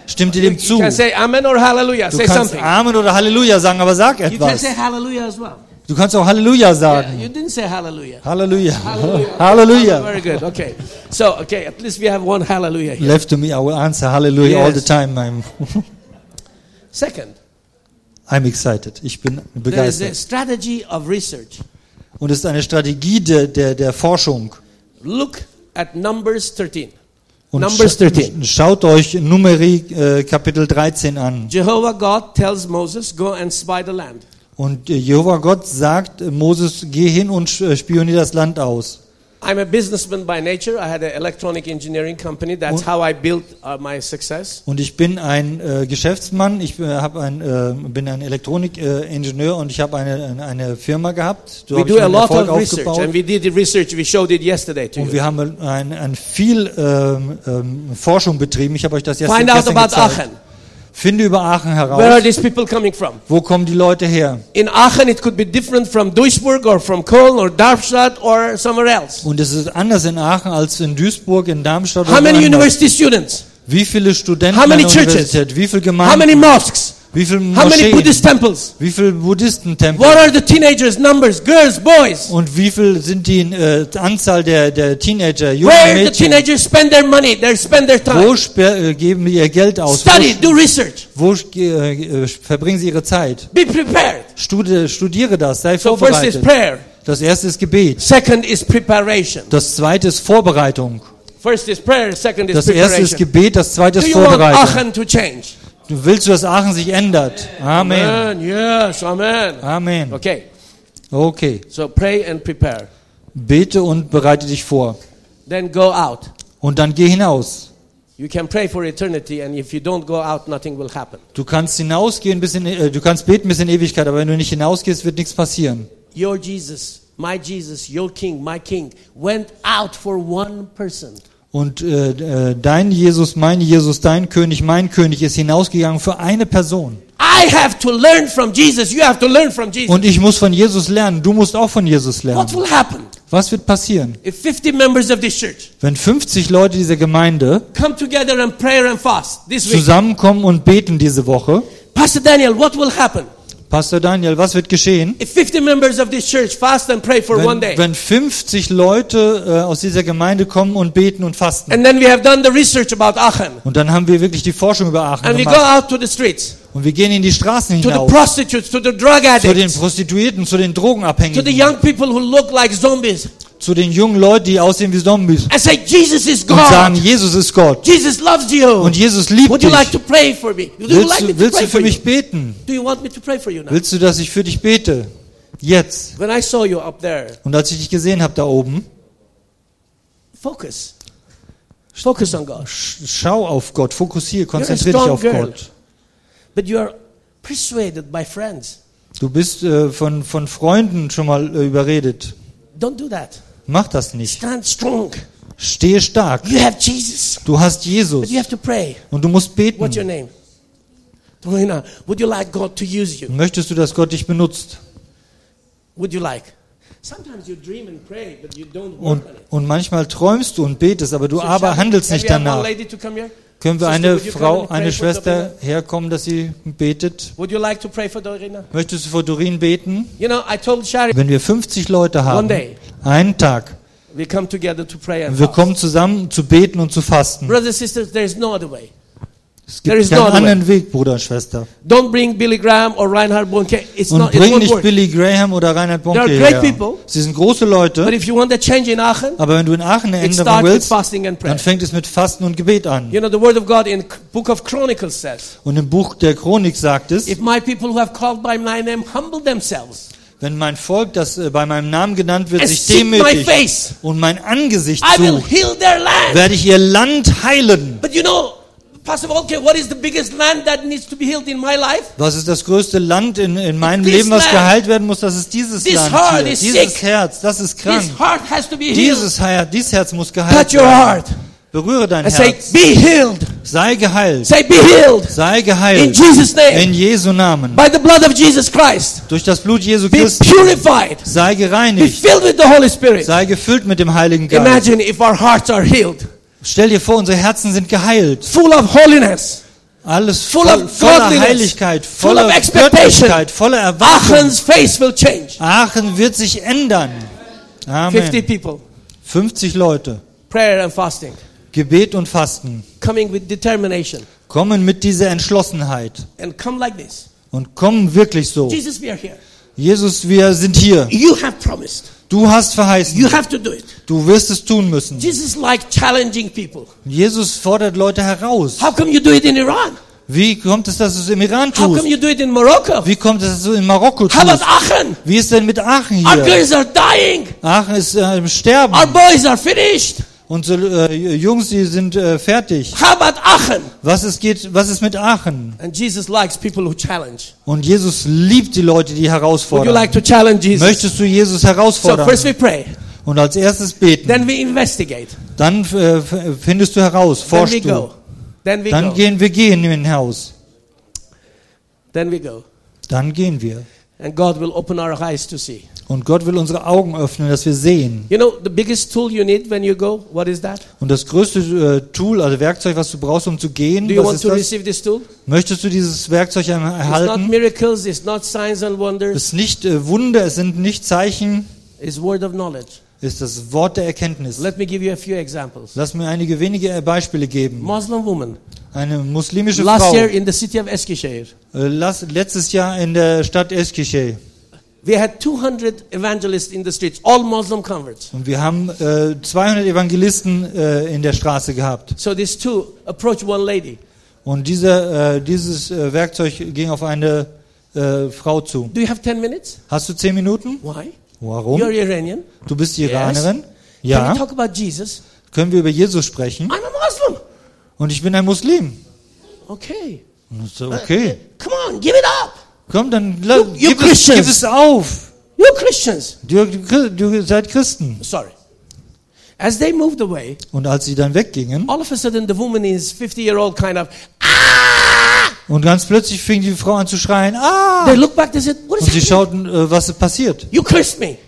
Speaker 3: Stimmt dir
Speaker 1: You,
Speaker 3: dem zu?
Speaker 1: can
Speaker 3: Du
Speaker 1: say amen or hallelujah. say
Speaker 3: kannst
Speaker 1: something.
Speaker 3: Amen oder Halleluja sagen, aber sag
Speaker 1: You can
Speaker 3: etwas.
Speaker 1: say hallelujah as well.
Speaker 3: Du kannst auch Halleluja
Speaker 1: Yeah,
Speaker 3: sagen.
Speaker 1: you didn't say hallelujah.
Speaker 3: Halleluja.
Speaker 1: Oh,
Speaker 3: Halleluja.
Speaker 1: Very good. Okay. So, okay, at least we have one hallelujah here.
Speaker 3: Left to me, I will answer Halleluja all
Speaker 1: Yes.
Speaker 3: the time. I'm,
Speaker 1: Second,
Speaker 3: I'm excited. Ich bin
Speaker 1: there is a
Speaker 3: begeistert.
Speaker 1: strategy of research.
Speaker 3: Und es ist eine Strategie der, der, der Forschung.
Speaker 1: Look at Numbers 13.
Speaker 3: Und
Speaker 1: Numbers
Speaker 3: scha-
Speaker 1: 13.
Speaker 3: Schaut euch Numeri äh, Kapitel 13 an.
Speaker 1: Jehovah God tells Moses, go and spy the land.
Speaker 3: Und äh, Jehova Gott sagt, äh, Moses, geh hin und sch- äh, spionier das Land aus.
Speaker 1: I'm a businessman by nature. I had an electronic engineering company. That's how I built uh, my success.
Speaker 3: Und ich bin ein äh, Geschäftsmann, ich äh, hab ein, äh, bin ein Elektronikingenieur äh, Ingenieur und ich habe eine, eine- eine Firma gehabt. So
Speaker 1: We
Speaker 3: hab ich
Speaker 1: do a
Speaker 3: meinen
Speaker 1: lot
Speaker 3: Erfolg
Speaker 1: of research, and we did the research. We showed it yesterday to
Speaker 3: Und
Speaker 1: you.
Speaker 3: wir haben ein, ein viel ähm, ähm, Forschung betrieben. Ich habe euch das jetzt
Speaker 1: Find out
Speaker 3: gestern
Speaker 1: about
Speaker 3: gezeigt.
Speaker 1: Aachen.
Speaker 3: Finde über Aachen
Speaker 1: Where are
Speaker 3: heraus.
Speaker 1: these people coming from?
Speaker 3: Wo kommen die Leute her?
Speaker 1: In Aachen, it could be different from Duisburg or from Köln or Darmstadt or somewhere else.
Speaker 3: Und es ist anders in Aachen als in Duisburg, in Darmstadt.
Speaker 1: How
Speaker 3: oder
Speaker 1: many
Speaker 3: woanders.
Speaker 1: university students?
Speaker 3: Wie viele Studenten
Speaker 1: How many
Speaker 3: an der
Speaker 1: churches?
Speaker 3: Universität? Wie viele
Speaker 1: How
Speaker 3: Gemeinden?
Speaker 1: many mosques?
Speaker 3: wie viele
Speaker 1: How many
Speaker 3: Moscheen?
Speaker 1: Buddhist temples?
Speaker 3: Wie viele Buddhistentempel?
Speaker 1: What are the teenagers' numbers? Girls, boys?
Speaker 3: Und wie viel sind die äh, Anzahl der, der Teenager, jungen
Speaker 1: Where the
Speaker 3: Mädchen?
Speaker 1: teenagers spend their money, they spend their
Speaker 3: Wo
Speaker 1: time.
Speaker 3: spe- äh, geben die ihr Geld aus?
Speaker 1: Study, do research,
Speaker 3: Wo, wo äh, äh, verbringen sie ihre Zeit?
Speaker 1: be prepared.
Speaker 3: Studi studiere das, sei
Speaker 1: So first is
Speaker 3: vorbereitet.
Speaker 1: prayer.
Speaker 3: Das erste ist Gebet.
Speaker 1: Second is preparation.
Speaker 3: Das zweite ist Vorbereitung.
Speaker 1: First is prayer. Second is
Speaker 3: Das erste ist
Speaker 1: preparation.
Speaker 3: Gebet, das zweite
Speaker 1: Do
Speaker 3: ist
Speaker 1: you want
Speaker 3: Vorbereitung.
Speaker 1: Aachen to change?
Speaker 3: Du willst, dass Aachen sich ändert. Amen.
Speaker 1: Yes. Amen.
Speaker 3: Amen.
Speaker 1: Okay.
Speaker 3: Okay.
Speaker 1: So pray and prepare.
Speaker 3: Bete und bereite dich vor.
Speaker 1: Then go out.
Speaker 3: Und dann geh hinaus.
Speaker 1: You can pray for eternity, and if you don't go out, nothing will happen.
Speaker 3: Du kannst hinausgehen bis in, äh, du kannst beten bis in Ewigkeit, aber wenn du nicht hinausgehst, wird nichts passieren.
Speaker 1: Your Jesus, my Jesus, your King, my King, went out for one person.
Speaker 3: Und äh, äh, dein Jesus, mein Jesus, dein König, mein König ist hinausgegangen für eine Person.
Speaker 1: I have to learn from Jesus. You have to learn from Jesus.
Speaker 3: Und ich muss von Jesus lernen. Du musst auch von Jesus
Speaker 1: What
Speaker 3: lernen.
Speaker 1: will happen
Speaker 3: Was wird passieren,
Speaker 1: if 50 members of this church
Speaker 3: wenn 50 Leute dieser Gemeinde
Speaker 1: come together and pray and fast this week?
Speaker 3: zusammenkommen und beten diese Woche?
Speaker 1: Pastor Daniel, what will happen
Speaker 3: Pastor Daniel, was wird geschehen,
Speaker 1: If 50 members of this church fast and pray for one
Speaker 3: wenn,
Speaker 1: day,
Speaker 3: wenn 50 Leute äh, aus dieser Gemeinde kommen und beten und fasten?
Speaker 1: and then we have done the research about Aachen,
Speaker 3: Und dann haben wir wirklich die Forschung über Aachen
Speaker 1: and we go
Speaker 3: gemacht.
Speaker 1: out to the streets,
Speaker 3: Und wir gehen in die Straßen
Speaker 1: to the
Speaker 3: hinaus,
Speaker 1: prostitutes, to the drug
Speaker 3: zu den
Speaker 1: addicts,
Speaker 3: Prostituierten, zu den
Speaker 1: to the
Speaker 3: Drogenabhängigen,
Speaker 1: young people who look like zombies,
Speaker 3: zu den jungen Leuten, die aussehen wie Zombies
Speaker 1: and say, Jesus is
Speaker 3: und sagen,
Speaker 1: God.
Speaker 3: Jesus ist Gott
Speaker 1: Jesus loves you.
Speaker 3: und Jesus liebt
Speaker 1: Would you like to
Speaker 3: dich.
Speaker 1: pray for me? Would you
Speaker 3: Willst
Speaker 1: like me
Speaker 3: du,
Speaker 1: to
Speaker 3: willst
Speaker 1: pray
Speaker 3: du
Speaker 1: for
Speaker 3: für
Speaker 1: you?
Speaker 3: mich beten?
Speaker 1: Do you want me to pray for you now?
Speaker 3: Willst du, dass ich für dich bete? Jetzt.
Speaker 1: When I saw you up there,
Speaker 3: Und als ich dich gesehen habe da oben,
Speaker 1: focus. Focus on God.
Speaker 3: sch- schau auf Gott, fokussiere,
Speaker 1: You're
Speaker 3: konzentriere
Speaker 1: a
Speaker 3: dich
Speaker 1: strong
Speaker 3: auf
Speaker 1: girl.
Speaker 3: Gott.
Speaker 1: But you are persuaded by friends.
Speaker 3: Du bist äh, von, von Freunden schon mal äh, überredet.
Speaker 1: Don't do that.
Speaker 3: Mach das nicht.
Speaker 1: Stand strong.
Speaker 3: Stehe stark.
Speaker 1: You have Jesus.
Speaker 3: Du hast
Speaker 1: But
Speaker 3: Jesus
Speaker 1: you have to pray.
Speaker 3: und du musst
Speaker 1: What's your
Speaker 3: beten.
Speaker 1: name? Dorina, would you like God to use you?
Speaker 3: Möchtest du, dass Gott dich benutzt?
Speaker 1: Would you like? Sometimes you dream and pray, but you don't
Speaker 3: Und,
Speaker 1: work on it.
Speaker 3: und manchmal träumst du und betest, aber du
Speaker 1: So
Speaker 3: aber
Speaker 1: shall we-
Speaker 3: handelst
Speaker 1: can
Speaker 3: nicht
Speaker 1: we have one
Speaker 3: danach.
Speaker 1: lady to come here?
Speaker 3: Können wir
Speaker 1: Sister,
Speaker 3: eine
Speaker 1: would you come
Speaker 3: Frau,
Speaker 1: and pray
Speaker 3: eine
Speaker 1: for
Speaker 3: Schwester
Speaker 1: Dorina?
Speaker 3: herkommen, dass sie betet?
Speaker 1: Would you like to pray for Dorina?
Speaker 3: Möchtest du vor Dorin beten?
Speaker 1: You know, I told Shari
Speaker 3: Wenn wir 50 Leute haben,
Speaker 1: One day.
Speaker 3: einen Tag,
Speaker 1: we come together to pray and
Speaker 3: wir
Speaker 1: fast.
Speaker 3: kommen zusammen zu beten und zu fasten.
Speaker 1: Brothers and sisters, there is no other way.
Speaker 3: Es
Speaker 1: There is
Speaker 3: gibt
Speaker 1: no
Speaker 3: keinen
Speaker 1: other way.
Speaker 3: anderen Weg, Bruder und Schwester.
Speaker 1: Don't bring Billy Graham or Reinhard Bonke. It's
Speaker 3: Und
Speaker 1: not. It
Speaker 3: bring
Speaker 1: won't
Speaker 3: nicht
Speaker 1: work.
Speaker 3: Billy Graham oder Reinhard Bonke
Speaker 1: They are great
Speaker 3: her.
Speaker 1: people.
Speaker 3: Sie sind große
Speaker 1: But
Speaker 3: Leute,
Speaker 1: if you want a change in Aachen,
Speaker 3: aber wenn du in Aachen eine
Speaker 1: it
Speaker 3: Änderung
Speaker 1: starts with
Speaker 3: willst,
Speaker 1: fasting and prayer.
Speaker 3: dann fängt es mit Fasten und Gebet an.
Speaker 1: You know, the Word of God in C- Book of Chronicles says,
Speaker 3: Und im Buch der Chronik sagt es,
Speaker 1: "If my people who have called by my name humble themselves
Speaker 3: Wenn mein Volk, das äh, bei meinem Namen genannt wird,
Speaker 1: and
Speaker 3: sich
Speaker 1: seek my
Speaker 3: demütigt
Speaker 1: face,
Speaker 3: und mein Angesicht
Speaker 1: I will
Speaker 3: sucht,
Speaker 1: heal their land."
Speaker 3: werde ich ihr Land heilen.
Speaker 1: But you know, Pastor Volker, what is the biggest land that needs to be healed in my life?
Speaker 3: Was ist das größte Land in, in meinem
Speaker 1: This
Speaker 3: Leben, was
Speaker 1: land.
Speaker 3: geheilt werden muss? Das ist dieses
Speaker 1: This heart
Speaker 3: Land hier.
Speaker 1: is
Speaker 3: Dieses
Speaker 1: sick.
Speaker 3: Herz, das ist
Speaker 1: His
Speaker 3: krank.
Speaker 1: heart has to be healed.
Speaker 3: Dieses Herz, dieses Herz muss geheilt
Speaker 1: Touch your
Speaker 3: werden.
Speaker 1: heart
Speaker 3: Berühre dein
Speaker 1: and say,
Speaker 3: Herz.
Speaker 1: "Be healed."
Speaker 3: Sei geheilt.
Speaker 1: Say, "Be healed."
Speaker 3: Sei
Speaker 1: In
Speaker 3: geheilt.
Speaker 1: Jesus'
Speaker 3: In
Speaker 1: name,
Speaker 3: Jesu Namen.
Speaker 1: by the blood of Jesus Christ,
Speaker 3: Durch das Blut Jesu
Speaker 1: be
Speaker 3: Christi.
Speaker 1: purified.
Speaker 3: Sei
Speaker 1: Be
Speaker 3: gereinigt.
Speaker 1: filled with the Holy Spirit.
Speaker 3: Sei gefüllt mit dem Heiligen Geist.
Speaker 1: Imagine if our hearts are healed,
Speaker 3: Stell dir vor, unsere Herzen sind geheilt.
Speaker 1: full of holiness.
Speaker 3: Alles
Speaker 1: Full
Speaker 3: voll,
Speaker 1: of
Speaker 3: voller
Speaker 1: godliness.
Speaker 3: Heiligkeit,
Speaker 1: Full
Speaker 3: voller
Speaker 1: of expectation.
Speaker 3: Göttlichkeit, voller Erwartung.
Speaker 1: Aachen's face will change.
Speaker 3: Aachen wird sich ändern.
Speaker 1: 50
Speaker 3: Amen.
Speaker 1: people,
Speaker 3: 50 Leute.
Speaker 1: prayer and fasting,
Speaker 3: Gebet und Fasten.
Speaker 1: coming with determination
Speaker 3: Kommen mit dieser Entschlossenheit.
Speaker 1: and come like this.
Speaker 3: Und kommen wirklich so.
Speaker 1: Jesus, we are here.
Speaker 3: Jesus, wir sind hier.
Speaker 1: You have promised.
Speaker 3: Du hast
Speaker 1: You
Speaker 3: verheißen.
Speaker 1: have to do it.
Speaker 3: Du wirst es tun müssen.
Speaker 1: Jesus like challenging people.
Speaker 3: Jesus fordert Leute heraus.
Speaker 1: How come you do it in Iran?
Speaker 3: Wie kommt es, dass du es im Iran
Speaker 1: How come
Speaker 3: tust?
Speaker 1: you do it in Morocco?
Speaker 3: Wie kommt es, dass du es in Marokko
Speaker 1: How about
Speaker 3: tust?
Speaker 1: Aachen?
Speaker 3: Wie ist denn mit Aachen
Speaker 1: Our
Speaker 3: hier?
Speaker 1: girls are dying.
Speaker 3: Aachen ist äh, im Sterben.
Speaker 1: Our boys are finished.
Speaker 3: Unsere äh, Jungs, die sind äh, fertig.
Speaker 1: How about Aachen?
Speaker 3: Was es geht, was ist mit Aachen?
Speaker 1: And Jesus likes people who challenge.
Speaker 3: Und Jesus liebt die Leute, die
Speaker 1: Would you
Speaker 3: herausfordern.
Speaker 1: like to challenge Jesus?
Speaker 3: Möchtest du Jesus
Speaker 1: So
Speaker 3: herausfordern?
Speaker 1: first we pray,
Speaker 3: und als erstes beten.
Speaker 1: then we investigate,
Speaker 3: dann äh, f- findest du heraus,
Speaker 1: then we
Speaker 3: forschst du.
Speaker 1: go, then we
Speaker 3: Dann
Speaker 1: go,
Speaker 3: gehen wir gehen in ein Haus.
Speaker 1: then we go,
Speaker 3: Dann gehen wir.
Speaker 1: and God will open our eyes to see.
Speaker 3: Und Gott will unsere Augen öffnen, dass wir sehen.
Speaker 1: You know the biggest tool you need when you go. What is that?
Speaker 3: Und das größte äh, Tool, also Werkzeug, was du brauchst, um zu gehen,
Speaker 1: Do you want
Speaker 3: was ist
Speaker 1: to
Speaker 3: das?
Speaker 1: receive this tool?
Speaker 3: Möchtest du dieses Werkzeug
Speaker 1: It's not
Speaker 3: erhalten?
Speaker 1: miracles. It's not signs and
Speaker 3: Es
Speaker 1: wonders.
Speaker 3: ist nicht äh, Wunder, es sind nicht Zeichen,
Speaker 1: It's word of knowledge.
Speaker 3: es ist das Wort der Erkenntnis.
Speaker 1: Let me give you a few examples.
Speaker 3: Lass mir einige wenige äh, Beispiele geben.
Speaker 1: Muslim woman.
Speaker 3: Eine muslimische
Speaker 1: Last
Speaker 3: Frau,
Speaker 1: year in the city of Eskişehir,
Speaker 3: äh, las- letztes Jahr in der Stadt Eskişehir.
Speaker 1: we had 200 evangelists in the streets, all Muslim converts.
Speaker 3: Und wir haben äh, 200 Evangelisten äh, in der Straße gehabt.
Speaker 1: So these two approached one lady.
Speaker 3: Und diese, äh, dieses äh, Werkzeug ging auf eine äh, Frau zu.
Speaker 1: Do you have 10 minutes?
Speaker 3: Hast du 10 Minuten?
Speaker 1: Why? You're
Speaker 3: Warum?
Speaker 1: Iranian.
Speaker 3: Du bist Iranerin?
Speaker 1: Can we
Speaker 3: Ja.
Speaker 1: talk about Jesus?
Speaker 3: Können wir über Jesus sprechen?
Speaker 1: I'm a Muslim.
Speaker 3: Und ich bin ein Muslim.
Speaker 1: Okay.
Speaker 3: Und ich so, okay.
Speaker 1: Come on, give it up.
Speaker 3: Komm, dann la-
Speaker 1: You- you
Speaker 3: gib, es,
Speaker 1: Christians.
Speaker 3: gib es auf.
Speaker 1: You're Christians.
Speaker 3: Du, du, du seid Christen.
Speaker 1: Sorry. As they moved away,
Speaker 3: Und als sie dann weggingen,
Speaker 1: all of a sudden the woman is 50 year old kind of.
Speaker 3: Und ganz plötzlich fing die Frau an zu schreien, ah!
Speaker 1: They look back, they said, What
Speaker 3: Und sie
Speaker 1: is happening?
Speaker 3: schauten, äh, was ist passiert.
Speaker 1: You cursed me.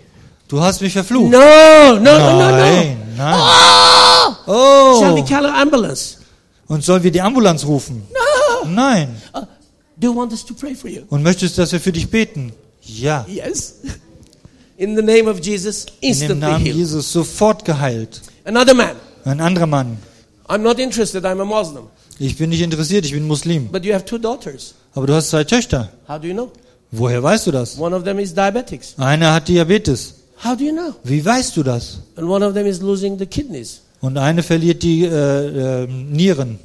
Speaker 3: Du hast mich verflucht.
Speaker 1: No, no, no, no, no.
Speaker 3: Nein, nein.
Speaker 1: Ah! Shall we
Speaker 3: Oh!
Speaker 1: call an ambulance?
Speaker 3: Und sollen wir die Ambulanz rufen?
Speaker 1: No.
Speaker 3: Nein.
Speaker 1: Uh, Do you want us to pray for you?
Speaker 3: Und möchtest du, dass wir für dich beten? Ja.
Speaker 1: Yes. In the name of Jesus,
Speaker 3: In dem
Speaker 1: instantly
Speaker 3: Namen
Speaker 1: healed.
Speaker 3: Jesus sofort geheilt.
Speaker 1: Another man.
Speaker 3: Ein anderer Mann.
Speaker 1: I'm not interested. I'm a Muslim.
Speaker 3: Ich bin nicht interessiert, ich bin Muslim.
Speaker 1: But you have two daughters.
Speaker 3: Aber du hast zwei Töchter.
Speaker 1: How do you know?
Speaker 3: Woher weißt du das?
Speaker 1: One of them is diabetics.
Speaker 3: Einer hat Diabetes.
Speaker 1: How do you know?
Speaker 3: Wie weißt du das?
Speaker 1: And one of them is losing the kidneys.
Speaker 3: Und eine verliert die äh, äh, Nieren.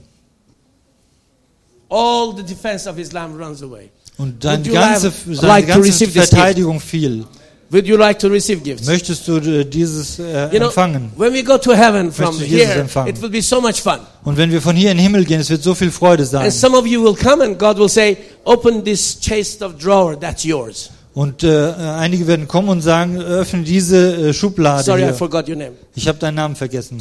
Speaker 1: All the defense of Islam runs away.
Speaker 3: Und deine
Speaker 1: Would you
Speaker 3: ganze,
Speaker 1: like-
Speaker 3: seine
Speaker 1: like to
Speaker 3: ganze
Speaker 1: receive this
Speaker 3: Verteidigung fiel.
Speaker 1: Would you like to receive gifts?
Speaker 3: Möchtest du äh, dieses äh,
Speaker 1: You know,
Speaker 3: empfangen?
Speaker 1: when we go to heaven from
Speaker 3: Möchtest du Jesus
Speaker 1: here,
Speaker 3: empfangen?
Speaker 1: it will be so much fun.
Speaker 3: Und wenn wir von hier in den Himmel gehen, es wird so viel Freude sein.
Speaker 1: And some of you will come and God will say, open this chest of drawer, that's yours.
Speaker 3: Und äh, einige werden kommen und sagen, öffne diese äh, Schublade
Speaker 1: Sorry, I
Speaker 3: hier.
Speaker 1: forgot your name.
Speaker 3: Ich habe deinen Namen vergessen.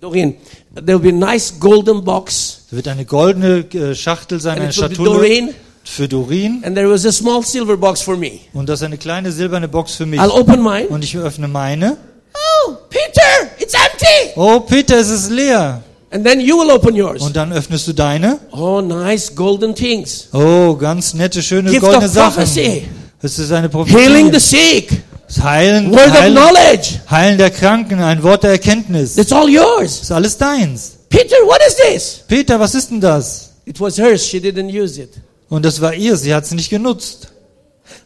Speaker 1: Doreen. There will be a nice golden box
Speaker 3: Es wird eine goldene äh, Schachtel sein,
Speaker 1: and
Speaker 3: eine
Speaker 1: it will be
Speaker 3: Schatulle
Speaker 1: Doreen.
Speaker 3: für Dorin.
Speaker 1: And there was a small silver box for me.
Speaker 3: Und das ist eine kleine silberne Box für mich.
Speaker 1: I'll open mine.
Speaker 3: Und ich öffne meine.
Speaker 1: Oh, Peter, it's empty.
Speaker 3: Oh, Peter, es ist leer.
Speaker 1: And then you will open yours.
Speaker 3: Und dann öffnest du deine.
Speaker 1: Oh, nice golden things.
Speaker 3: Oh, ganz nette, schöne,
Speaker 1: Gift
Speaker 3: goldene
Speaker 1: of
Speaker 3: Sachen.
Speaker 1: prophecy.
Speaker 3: Es ist eine
Speaker 1: Healing the
Speaker 3: Prophetie.
Speaker 1: sick.
Speaker 3: Das Heilen,
Speaker 1: Word of
Speaker 3: Heilen,
Speaker 1: knowledge.
Speaker 3: Heilen der Kranken, ein Wort der Erkenntnis. Das
Speaker 1: That's all yours.
Speaker 3: ist alles deins.
Speaker 1: Peter, what is this?
Speaker 3: Peter, was ist denn das?
Speaker 1: It was hers. She didn't use it.
Speaker 3: Und das war ihr, sie hat es nicht genutzt.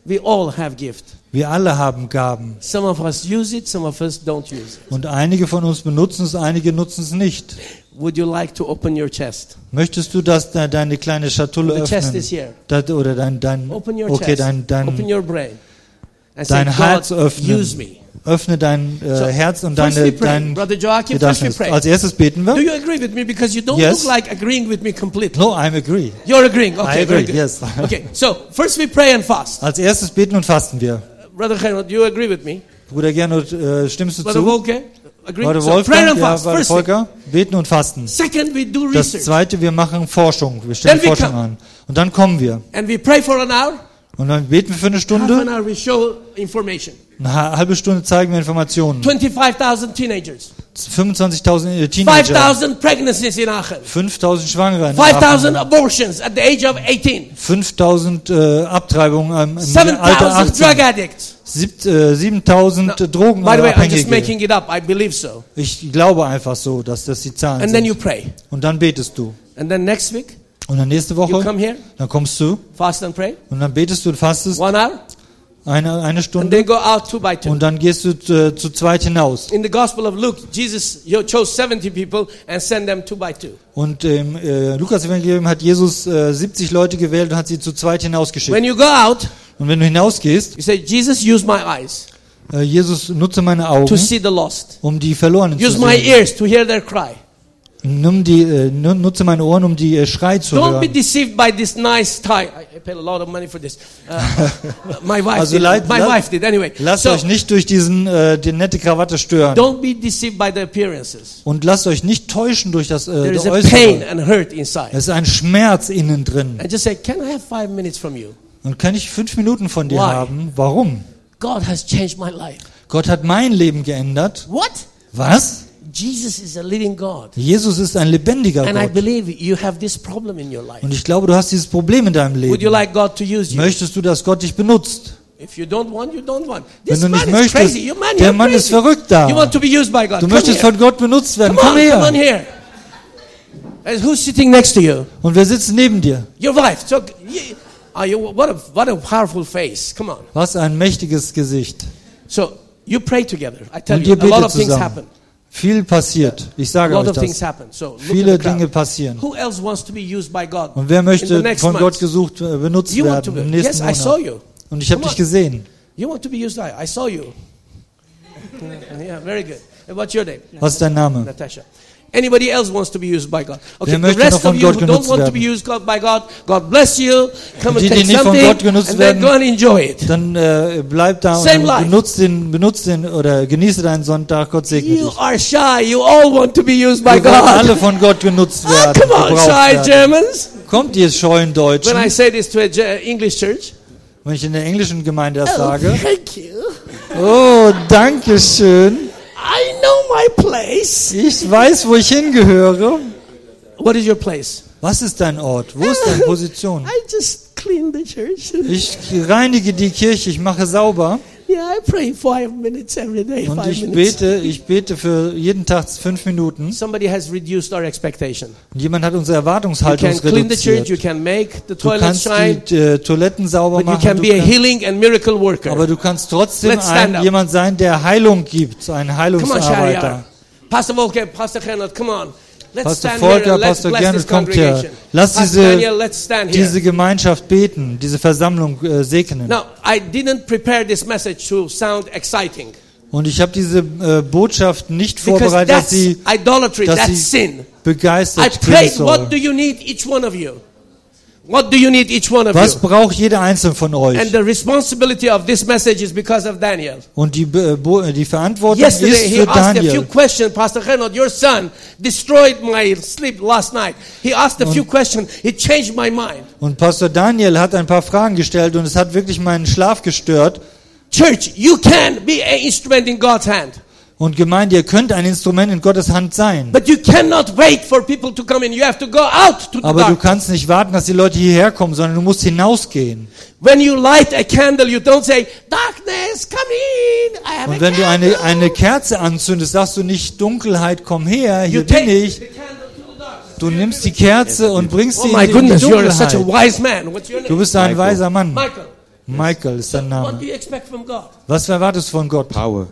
Speaker 1: We all have gift.
Speaker 3: Wir alle haben Gaben.
Speaker 1: Some of us use it, some of us don't use it.
Speaker 3: Und einige von uns benutzen es, einige nutzen es nicht.
Speaker 1: Would you like to open your chest?
Speaker 3: Möchtest du, dass de deine kleine Schatulle
Speaker 1: The chest is
Speaker 3: öffnen?
Speaker 1: here.
Speaker 3: Das, oder dein, dein,
Speaker 1: Open your
Speaker 3: okay,
Speaker 1: chest.
Speaker 3: dein,
Speaker 1: open
Speaker 3: dein,
Speaker 1: your brain. And
Speaker 3: dein
Speaker 1: say, God,
Speaker 3: Herz öffnen.
Speaker 1: use me.
Speaker 3: öffne dein äh,
Speaker 1: So,
Speaker 3: Herz und
Speaker 1: first
Speaker 3: deine,
Speaker 1: we pray.
Speaker 3: dein
Speaker 1: Brother Joachim, first we
Speaker 3: Bedarfnis.
Speaker 1: pray.
Speaker 3: Als erstes beten
Speaker 1: Do
Speaker 3: wir.
Speaker 1: you agree with me? Because you don't
Speaker 3: Yes.
Speaker 1: look like agreeing with me completely.
Speaker 3: No, I'm agree.
Speaker 1: You're agreeing. Okay,
Speaker 3: I agree,
Speaker 1: very good.
Speaker 3: yes.
Speaker 1: okay, so first we pray and fast.
Speaker 3: Als erstes beten und fasten wir.
Speaker 1: Brother Gerhard, do you agree with me?
Speaker 3: Bruder Gernot, äh, stimmst du
Speaker 1: Brother
Speaker 3: zu?
Speaker 1: Volker, agree?
Speaker 3: Warte,
Speaker 1: so prayer
Speaker 3: Wolfgang,
Speaker 1: and
Speaker 3: ja,
Speaker 1: fast.
Speaker 3: Warte,
Speaker 1: first thing.
Speaker 3: Volker, beten und fasten.
Speaker 1: Second, we do
Speaker 3: Das
Speaker 1: research.
Speaker 3: zweite, wir machen Forschung. Wir stellen
Speaker 1: Then we
Speaker 3: Forschung
Speaker 1: come.
Speaker 3: an. Und dann kommen wir.
Speaker 1: And we pray for an hour.
Speaker 3: Und dann beten wir für eine
Speaker 1: Half an
Speaker 3: Stunde.
Speaker 1: hour we show information.
Speaker 3: Eine ha- halbe Stunde zeigen wir Informationen.
Speaker 1: 25,000 teenagers.
Speaker 3: 25.000 Teenager.
Speaker 1: 5,000 pregnancies in Aachen.
Speaker 3: 5.000 Schwangere. in Aachen.
Speaker 1: 5,000 abortions at the age of 18.
Speaker 3: 5.000 äh, Abtreibungen am- im Alter
Speaker 1: 7,000 drug
Speaker 3: 18.
Speaker 1: addicts.
Speaker 3: Sieb- äh, 7.000
Speaker 1: By the way, I'm
Speaker 3: uh,
Speaker 1: just
Speaker 3: Drogenabhängige.
Speaker 1: making it up. I believe so.
Speaker 3: Ich glaube einfach so, dass das die Zahlen
Speaker 1: And then you
Speaker 3: sind.
Speaker 1: pray.
Speaker 3: Und dann betest du.
Speaker 1: And then next week,
Speaker 3: Und dann nächste
Speaker 1: you come
Speaker 3: Woche,
Speaker 1: here,
Speaker 3: dann kommst du
Speaker 1: fast and pray.
Speaker 3: und dann betest du und fastest
Speaker 1: One hour.
Speaker 3: eine, eine
Speaker 1: And
Speaker 3: Stunde
Speaker 1: they go out two by two.
Speaker 3: und dann gehst du äh, zu zweit hinaus.
Speaker 1: In the Gospel of Luke, Jesus yo- chose 70 people and sent them two by two.
Speaker 3: Und im äh, Lukas-Evangelium hat Jesus äh, 70 Leute gewählt und hat sie zu zweit hinausgeschickt.
Speaker 1: When you go out,
Speaker 3: Und wenn du hinausgehst,
Speaker 1: you say, Jesus, use my eyes
Speaker 3: äh, Jesus, nutze meine Augen,
Speaker 1: to see the lost.
Speaker 3: um die Verlorenen zu
Speaker 1: Use my
Speaker 3: sehen.
Speaker 1: ears to hear their cry.
Speaker 3: Nimm die, äh, nu- nutze meine Ohren, um die äh, Schrei zu
Speaker 1: Don't be
Speaker 3: hören.
Speaker 1: deceived by this nice tie. I, I paid a lot of money for this. Uh, my wife
Speaker 3: Also
Speaker 1: did.
Speaker 3: leid-
Speaker 1: my
Speaker 3: la-
Speaker 1: wife did anyway.
Speaker 3: Lasst
Speaker 1: So
Speaker 3: euch nicht durch diesen äh, die nette Krawatte stören.
Speaker 1: don't be deceived by the appearances.
Speaker 3: Und lasst euch nicht täuschen durch das äh,
Speaker 1: There
Speaker 3: das
Speaker 1: is a pain
Speaker 3: Äußere.
Speaker 1: and hurt inside.
Speaker 3: Es ist ein Schmerz innen drin.
Speaker 1: And just say, can I have five minutes from you?
Speaker 3: Und kann ich fünf Minuten von dir
Speaker 1: Why?
Speaker 3: haben? Warum?
Speaker 1: God has changed my life.
Speaker 3: Gott hat mein Leben geändert.
Speaker 1: What?
Speaker 3: Was?
Speaker 1: Jesus is a living God.
Speaker 3: Jesus ist ein lebendiger
Speaker 1: And I
Speaker 3: Gott.
Speaker 1: believe you have this problem in your life.
Speaker 3: Und ich glaube, du hast dieses Problem in deinem
Speaker 1: Would you
Speaker 3: Leben.
Speaker 1: like God to use you?
Speaker 3: Möchtest du, dass Gott dich benutzt?
Speaker 1: If you don't want, you don't want.
Speaker 3: Wenn
Speaker 1: This
Speaker 3: du
Speaker 1: man
Speaker 3: nicht
Speaker 1: is
Speaker 3: möchtest,
Speaker 1: crazy. You man,
Speaker 3: der
Speaker 1: you're
Speaker 3: Mann ist
Speaker 1: crazy.
Speaker 3: verrückt da.
Speaker 1: You want to be used by God.
Speaker 3: Du
Speaker 1: come
Speaker 3: möchtest
Speaker 1: here.
Speaker 3: von Gott benutzt werden.
Speaker 1: Come
Speaker 3: Komm
Speaker 1: on, come on
Speaker 3: her.
Speaker 1: here. And who's sitting next to you?
Speaker 3: Und wir sitzen neben dir.
Speaker 1: Your wife. So, ye- are you, what, a, what a powerful face. Come on.
Speaker 3: Was ein mächtiges Gesicht.
Speaker 1: So you pray together. I tell
Speaker 3: Und
Speaker 1: you,
Speaker 3: ihr
Speaker 1: a lot
Speaker 3: betet
Speaker 1: of things happen.
Speaker 3: zusammen. Viel passiert. Ich
Speaker 1: A
Speaker 3: sage
Speaker 1: lot
Speaker 3: euch
Speaker 1: of things
Speaker 3: das.
Speaker 1: happen. So look
Speaker 3: Viele
Speaker 1: at the crowd.
Speaker 3: Dinge passieren.
Speaker 1: Who else wants to be used by God?
Speaker 3: Und wer
Speaker 1: in the
Speaker 3: möchte
Speaker 1: next
Speaker 3: von
Speaker 1: month?
Speaker 3: Gott gesucht, äh, benutzt
Speaker 1: You want to
Speaker 3: werden
Speaker 1: be?
Speaker 3: im
Speaker 1: Yes,
Speaker 3: nächsten
Speaker 1: I saw
Speaker 3: Monat?
Speaker 1: you.
Speaker 3: Und ich habe
Speaker 1: Come
Speaker 3: dich
Speaker 1: on.
Speaker 3: gesehen.
Speaker 1: You want to be used. I, I saw you. yeah, very good. And what's your name?
Speaker 3: Was ist dein Name?
Speaker 1: Natasha. Anybody else wants to be used by God? Okay, the
Speaker 3: Wer möchte
Speaker 1: rest
Speaker 3: noch
Speaker 1: of
Speaker 3: von
Speaker 1: you
Speaker 3: Gott
Speaker 1: who don't
Speaker 3: genutzt
Speaker 1: want to be
Speaker 3: werden?
Speaker 1: used God- by God, God bless you. Come
Speaker 3: Die,
Speaker 1: and
Speaker 3: die
Speaker 1: take
Speaker 3: nicht von
Speaker 1: something
Speaker 3: Gott genutzt
Speaker 1: and then
Speaker 3: werden,
Speaker 1: go and enjoy it.
Speaker 3: Dann äh, bleib da und
Speaker 1: Same life.
Speaker 3: benutzt den, benutzt den oder genieße deinen Sonntag. Gott segne
Speaker 1: You
Speaker 3: dich.
Speaker 1: are shy. You all want to be used by
Speaker 3: Wir wollen alle
Speaker 1: God.
Speaker 3: von Gott genutzt
Speaker 1: Ah,
Speaker 3: werden.
Speaker 1: come on,
Speaker 3: gebraucht
Speaker 1: shy
Speaker 3: werden.
Speaker 1: Germans.
Speaker 3: Kommt ihr scheuen Deutschen,
Speaker 1: When I say this to an English church,
Speaker 3: wenn ich in der englischen Gemeinde das
Speaker 1: oh,
Speaker 3: sage?
Speaker 1: thank you.
Speaker 3: Oh, danke schön.
Speaker 1: I know my place.
Speaker 3: Ich weiß, wo ich hingehöre.
Speaker 1: What is your place?
Speaker 3: Was ist dein Ort? Wo ist deine Position?
Speaker 1: I just clean the church.
Speaker 3: Ich reinige die Kirche, ich mache sauber
Speaker 1: yeah, I pray five minutes every day.
Speaker 3: und
Speaker 1: five
Speaker 3: ich
Speaker 1: minutes.
Speaker 3: bete, ich bete für jeden Tag fünf Minuten.
Speaker 1: Somebody has reduced our expectation.
Speaker 3: Und jemand hat unsere
Speaker 1: You
Speaker 3: Erwartungshaltung
Speaker 1: can clean the church, you
Speaker 3: reduziert.
Speaker 1: can make the
Speaker 3: Du
Speaker 1: toilet
Speaker 3: kannst
Speaker 1: shine,
Speaker 3: die äh, Toiletten sauber
Speaker 1: but you
Speaker 3: machen,
Speaker 1: can
Speaker 3: du
Speaker 1: be a
Speaker 3: kannst,
Speaker 1: healing and miracle
Speaker 3: aber
Speaker 1: worker.
Speaker 3: du kannst trotzdem
Speaker 1: Let's stand
Speaker 3: ein,
Speaker 1: up.
Speaker 3: jemand sein, der Heilung gibt, ein
Speaker 1: Come on, Shariar.
Speaker 3: Heilungsarbeiter.
Speaker 1: Pastor Volker, Pastor Gernot, come on. Let's
Speaker 3: Pastor
Speaker 1: stand here
Speaker 3: Volker,
Speaker 1: and let's
Speaker 3: Pastor
Speaker 1: bless this
Speaker 3: Gernot, kommt her.
Speaker 1: congregation.
Speaker 3: Lasst
Speaker 1: Pastor
Speaker 3: diese-
Speaker 1: Daniel, let's stand here.
Speaker 3: Diese Gemeinschaft beten, diese Versammlung äh, segnen.
Speaker 1: Now, I didn't prepare this message to sound exciting
Speaker 3: Und ich habe diese äh, Botschaft nicht
Speaker 1: because
Speaker 3: vorbereitet, dass
Speaker 1: that's
Speaker 3: sie
Speaker 1: idolatry,
Speaker 3: dass
Speaker 1: that's
Speaker 3: sie-
Speaker 1: sin. I
Speaker 3: begeistert klingen
Speaker 1: prayed,
Speaker 3: soll.
Speaker 1: what do you need, each one of you? What do you need, each one of
Speaker 3: Was
Speaker 1: you?
Speaker 3: braucht jeder Einzelne von
Speaker 1: And
Speaker 3: euch?
Speaker 1: the responsibility of this message is because of Daniel.
Speaker 3: Und die, Be- äh, Bo- die Verantwortung ist
Speaker 1: Yesterday he
Speaker 3: für
Speaker 1: asked a few
Speaker 3: Daniel.
Speaker 1: questions, Pastor Renot, your son destroyed my sleep last night. He asked a few questions, it changed my mind.
Speaker 3: Und Pastor Daniel hat ein paar Fragen gestellt und es hat wirklich meinen Schlaf gestört.
Speaker 1: Church, you can be an instrument in God's hand,
Speaker 3: Und Gemeinde, ihr könnt ein Instrument in Gottes Hand sein.
Speaker 1: but you cannot wait for people to come in. You have to go out to the
Speaker 3: Aber du
Speaker 1: dark.
Speaker 3: kannst nicht warten, dass die Leute hierher kommen, sondern du musst hinausgehen.
Speaker 1: When you light a candle, you don't say, darkness, come in, I have a
Speaker 3: Und wenn du eine,
Speaker 1: candle.
Speaker 3: eine Kerze anzündest, sagst du nicht, Dunkelheit, komm her,
Speaker 1: you
Speaker 3: hier
Speaker 1: take
Speaker 3: bin ich.
Speaker 1: the candle to the dark.
Speaker 3: Du nimmst die Kerze und bringst sie
Speaker 1: Oh
Speaker 3: in
Speaker 1: my
Speaker 3: die, in die
Speaker 1: goodness, you are such a
Speaker 3: Dunkelheit.
Speaker 1: wise man. What's your
Speaker 3: Du
Speaker 1: name?
Speaker 3: bist ein
Speaker 6: Michael.
Speaker 3: weiser Mann.
Speaker 1: Michael.
Speaker 3: Michael ist
Speaker 1: What
Speaker 3: dein
Speaker 1: do
Speaker 3: Name.
Speaker 1: you expect from God?
Speaker 3: Was erwartest du von Gott?
Speaker 6: Power.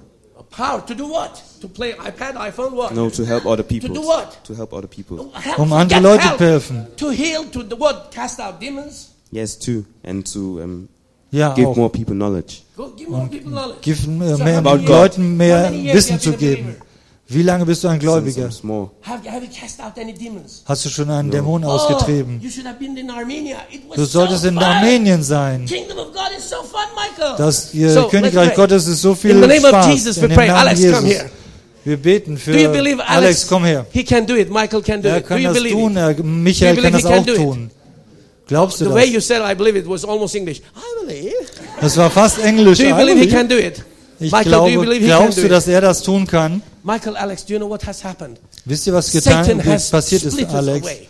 Speaker 1: Power to do what? To play iPad, iPhone, what?
Speaker 6: No, to help other people.
Speaker 1: do what?
Speaker 6: To help other people.
Speaker 1: Help,
Speaker 3: Um andere
Speaker 1: get
Speaker 3: Leute
Speaker 1: help.
Speaker 3: zu helfen.
Speaker 1: To heal, to the what? Cast out demons.
Speaker 6: Yes, too. And to um,
Speaker 3: Ja,
Speaker 6: give
Speaker 3: auch.
Speaker 6: more people knowledge.
Speaker 1: Go give more people knowledge.
Speaker 3: Gib äh,
Speaker 1: So
Speaker 3: mehr
Speaker 1: how many
Speaker 6: God.
Speaker 3: Leuten
Speaker 1: how
Speaker 3: mehr
Speaker 1: many years
Speaker 3: Wissen
Speaker 1: have you
Speaker 3: zu
Speaker 1: been a
Speaker 3: geben.
Speaker 1: believer?
Speaker 3: Wie lange bist du ein
Speaker 6: Since
Speaker 3: Gläubiger?
Speaker 6: I'm small.
Speaker 1: Have, have you cast out any demons?
Speaker 3: Hast du schon einen Dämon
Speaker 1: Oh,
Speaker 3: ausgetrieben?
Speaker 1: you should have been in Armenia. It was
Speaker 3: Du solltest
Speaker 1: so
Speaker 3: in
Speaker 1: fun.
Speaker 3: Armenien sein.
Speaker 1: Kingdom of God is so fun, Michael.
Speaker 3: Das äh,
Speaker 1: So, let's
Speaker 3: Königreich
Speaker 1: pray.
Speaker 3: Gottes ist so viel
Speaker 1: In the name of
Speaker 3: Spaß.
Speaker 1: Jesus we
Speaker 3: In dem
Speaker 1: pray.
Speaker 3: Namen
Speaker 1: Alex,
Speaker 3: Jesus.
Speaker 1: come here.
Speaker 3: Wir beten für
Speaker 1: Do you believe Alex?
Speaker 3: uh, Alex, komm her.
Speaker 1: He can do it. Michael can do
Speaker 3: Er
Speaker 1: it. Do
Speaker 3: kann
Speaker 1: you
Speaker 3: das
Speaker 1: believe
Speaker 3: tun,
Speaker 1: it?
Speaker 3: er,
Speaker 1: Do
Speaker 3: Michael
Speaker 1: you
Speaker 3: kann
Speaker 1: believe
Speaker 3: das
Speaker 1: he
Speaker 3: auch
Speaker 1: can do it?
Speaker 3: tun. Glaubst du
Speaker 1: The way
Speaker 3: das?
Speaker 1: you said I believe it was almost English. I believe.
Speaker 3: Das war fast Englisch.
Speaker 1: Do you believe he
Speaker 3: eigentlich.
Speaker 1: can do it?
Speaker 3: Ich
Speaker 1: Michael, do you
Speaker 3: glaube,
Speaker 1: believe he can
Speaker 3: glaubst
Speaker 1: do
Speaker 3: du,
Speaker 1: it?
Speaker 3: dass er das tun kann?
Speaker 1: Michael, Alex, do you know what has happened?
Speaker 3: Wisst ihr, was
Speaker 1: Satan
Speaker 3: getan
Speaker 1: has
Speaker 3: was passiert ist,
Speaker 1: split us
Speaker 3: Alex?
Speaker 1: away.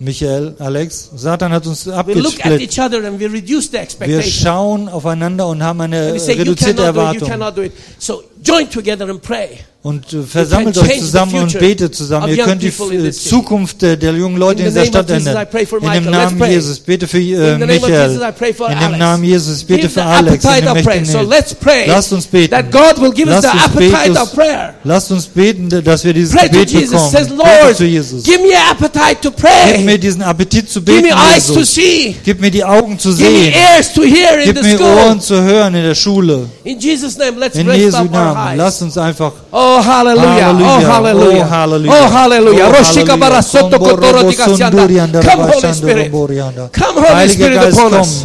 Speaker 3: Michael, Alex, Satan hat uns
Speaker 1: We look at
Speaker 3: abgesplittet.
Speaker 1: each other and we reduce the
Speaker 3: Wir
Speaker 1: expectation.
Speaker 3: schauen aufeinander und haben eine
Speaker 1: And we say, you
Speaker 3: reduzierte
Speaker 1: cannot do it, you
Speaker 3: Erwartung.
Speaker 1: cannot do it. So join together and pray.
Speaker 3: Und äh, versammelt
Speaker 1: You can
Speaker 3: euch
Speaker 1: change
Speaker 3: zusammen
Speaker 1: the
Speaker 3: und
Speaker 1: future
Speaker 3: betet zusammen.
Speaker 1: of
Speaker 3: Ihr
Speaker 1: young
Speaker 3: könnt die
Speaker 1: people in
Speaker 3: äh,
Speaker 1: this city.
Speaker 3: Zukunft äh, der jungen Leute
Speaker 1: In
Speaker 3: in
Speaker 1: the
Speaker 3: dieser
Speaker 1: name of
Speaker 3: Stadt
Speaker 1: Jesus, I
Speaker 3: ändern.
Speaker 1: pray for
Speaker 3: In
Speaker 1: Michael.
Speaker 3: dem
Speaker 1: Let's
Speaker 3: Namen
Speaker 1: pray.
Speaker 3: Jesus bete für äh,
Speaker 1: In the name of Jesus, I
Speaker 3: Michael.
Speaker 1: pray for
Speaker 3: In dem
Speaker 1: Alex.
Speaker 3: Namen Jesus bete
Speaker 1: Give the
Speaker 3: für Alex. In
Speaker 1: appetite
Speaker 3: dem
Speaker 1: of prayer.
Speaker 3: mächtigen
Speaker 1: So
Speaker 3: Namen.
Speaker 1: let's pray
Speaker 3: Lasst uns beten.
Speaker 1: that God will give us
Speaker 3: Lasst
Speaker 1: the
Speaker 3: uns
Speaker 1: appetite
Speaker 3: beten,
Speaker 1: of prayer.
Speaker 3: Lasst uns beten, dass wir dieses
Speaker 1: Pray to
Speaker 3: Gebet
Speaker 1: Jesus.
Speaker 3: bekommen.
Speaker 1: Says,
Speaker 3: Betet
Speaker 1: Lord,
Speaker 3: zu Jesus.
Speaker 1: give me an appetite to
Speaker 3: Gib mir
Speaker 1: pray.
Speaker 3: diesen Appetit zu
Speaker 1: Give
Speaker 3: beten,
Speaker 1: me eyes to
Speaker 3: Jesus.
Speaker 1: see.
Speaker 3: Gib mir die Augen zu
Speaker 1: Give me
Speaker 3: sehen.
Speaker 1: ears to hear in the
Speaker 3: Gib mir Ohren
Speaker 1: school.
Speaker 3: zu hören in der Schule.
Speaker 1: In Jesus' name, let's
Speaker 3: In
Speaker 1: raise
Speaker 3: Jesu
Speaker 1: up our
Speaker 3: Namen.
Speaker 1: eyes.
Speaker 3: Lasst uns einfach
Speaker 1: Oh hallelujah. Oh hallelujah.
Speaker 3: Oh Halleluja.
Speaker 1: Oh hallelujah.
Speaker 3: Oh,
Speaker 1: Roshika
Speaker 3: Halleluja.
Speaker 1: bara sotto
Speaker 3: Sombor,
Speaker 1: kotoro
Speaker 3: Robo,
Speaker 1: di kasianda.
Speaker 3: Sondurianda,
Speaker 1: Come Holy
Speaker 3: Rabashanda,
Speaker 1: Spirit.
Speaker 3: Roborianda.
Speaker 1: Come Holy
Speaker 3: Heiliger
Speaker 1: Spirit
Speaker 3: Geist,
Speaker 1: upon
Speaker 3: komm.
Speaker 1: us.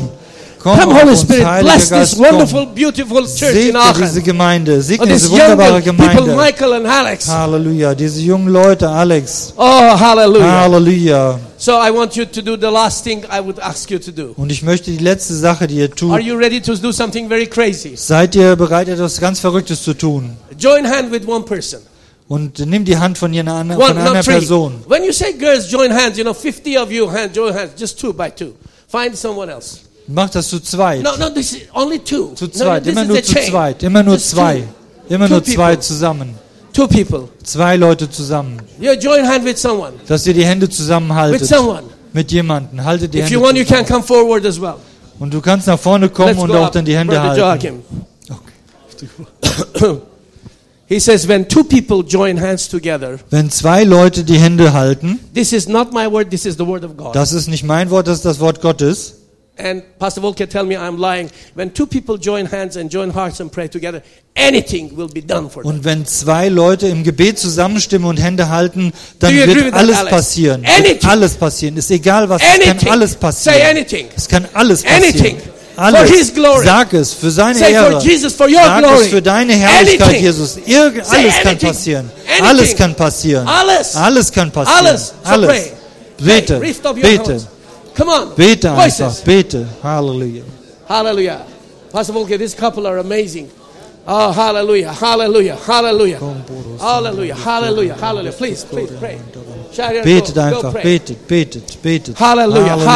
Speaker 3: Komm
Speaker 1: Come
Speaker 3: auf
Speaker 1: Holy
Speaker 3: uns,
Speaker 1: Spirit.
Speaker 3: Heiliger
Speaker 1: Bless this
Speaker 3: Geist,
Speaker 1: wonderful
Speaker 3: komm.
Speaker 1: beautiful church in
Speaker 3: Segne diese
Speaker 1: Aachen.
Speaker 3: Gemeinde,
Speaker 1: Oh,
Speaker 3: segne
Speaker 1: these
Speaker 3: diese
Speaker 1: young
Speaker 3: wunderbare
Speaker 1: people
Speaker 3: Gemeinde.
Speaker 1: Michael and Alex.
Speaker 3: Halleluja, diese jungen Leute, Alex.
Speaker 1: Oh hallelujah.
Speaker 3: Halleluja.
Speaker 1: So I want you to do the last thing I would ask you to do.
Speaker 3: Und ich möchte die letzte Sache, die ihr
Speaker 1: Are
Speaker 3: tut.
Speaker 1: you ready to do something very crazy?
Speaker 3: Seid ihr bereit, etwas ganz Verrücktes zu tun?
Speaker 1: Join hand with one person.
Speaker 3: Und nimm die Hand von, jener, anderen-
Speaker 1: One,
Speaker 3: von einer
Speaker 1: not three.
Speaker 3: Person.
Speaker 1: When you say girls join hands, you know 50 of you hand join hands, just two by two. Find someone else.
Speaker 3: Mach das zu zweit.
Speaker 1: No, no, this is only two.
Speaker 3: Zu
Speaker 1: No, no,
Speaker 3: zweit,
Speaker 1: this
Speaker 3: immer
Speaker 1: is
Speaker 3: nur
Speaker 1: a
Speaker 3: zu
Speaker 1: chain.
Speaker 3: zweit, immer nur
Speaker 1: Just
Speaker 3: zwei. Immer
Speaker 1: Two
Speaker 3: nur zwei
Speaker 1: people.
Speaker 3: zusammen.
Speaker 1: Two, two people.
Speaker 3: Zwei Leute zusammen.
Speaker 1: You join hand with someone.
Speaker 3: Dass ihr die Hände zusammenhaltet.
Speaker 1: With someone.
Speaker 3: Mit jemandem. Haltet die
Speaker 1: If
Speaker 3: Hände
Speaker 1: you want, you can come
Speaker 3: zusammen.
Speaker 1: forward as well.
Speaker 3: Und du kannst nach vorne kommen
Speaker 1: Let's
Speaker 3: und
Speaker 1: go
Speaker 3: auch
Speaker 1: up,
Speaker 3: dann die Hände
Speaker 1: Brother
Speaker 3: halten.
Speaker 1: Joachim. he says, when two people join hands together,
Speaker 3: Wenn zwei Leute die Hände halten,
Speaker 1: this is not my word. This is the word of God.
Speaker 3: das ist nicht mein Wort, das ist das Wort Gottes.
Speaker 1: and Pastor Volker tell me I'm lying. When two people join hands and join hearts and pray together, anything will be done for them.
Speaker 3: Und wenn zwei Leute im Gebet zusammenstimmen und Hände halten, dann
Speaker 1: Do you agree with
Speaker 3: wird
Speaker 1: that,
Speaker 3: alles
Speaker 1: Alex?
Speaker 3: passieren. Wird
Speaker 1: Anything.
Speaker 3: alles passieren. Ist egal was, es
Speaker 1: Anything.
Speaker 3: kann alles
Speaker 1: Say
Speaker 3: passieren.
Speaker 1: anything.
Speaker 3: Es kann alles
Speaker 1: Anything.
Speaker 3: passieren.
Speaker 1: For
Speaker 3: Alles.
Speaker 1: his glory.
Speaker 3: Sag es für seine
Speaker 1: Say for
Speaker 3: Ehre.
Speaker 1: Jesus, for your
Speaker 3: Sag
Speaker 1: glory.
Speaker 3: es für deine Herrlichkeit,
Speaker 1: Anything.
Speaker 3: Jesus. Irgend
Speaker 1: Say
Speaker 3: alles kann
Speaker 1: anything.
Speaker 3: passieren.
Speaker 1: Anything.
Speaker 3: Alles kann passieren.
Speaker 1: Alles.
Speaker 3: Alles kann passieren.
Speaker 1: Alles. So
Speaker 3: Alles.
Speaker 1: pray.
Speaker 3: Bete.
Speaker 1: Hey, lift up your
Speaker 3: Bete.
Speaker 1: hands. Come on.
Speaker 3: Bete einfach.
Speaker 1: Voices.
Speaker 3: Bete. Halleluja.
Speaker 1: Hallelujah. Pastor Volker, this couple are amazing. Oh, hallelujah, hallelujah, hallelujah, hallelujah, hallelujah, hallelujah. Please, please pray. Shout it out, go-
Speaker 3: Betet
Speaker 1: go
Speaker 3: einfach,
Speaker 1: pray.
Speaker 3: betet, betet, betet.
Speaker 1: Halleluja,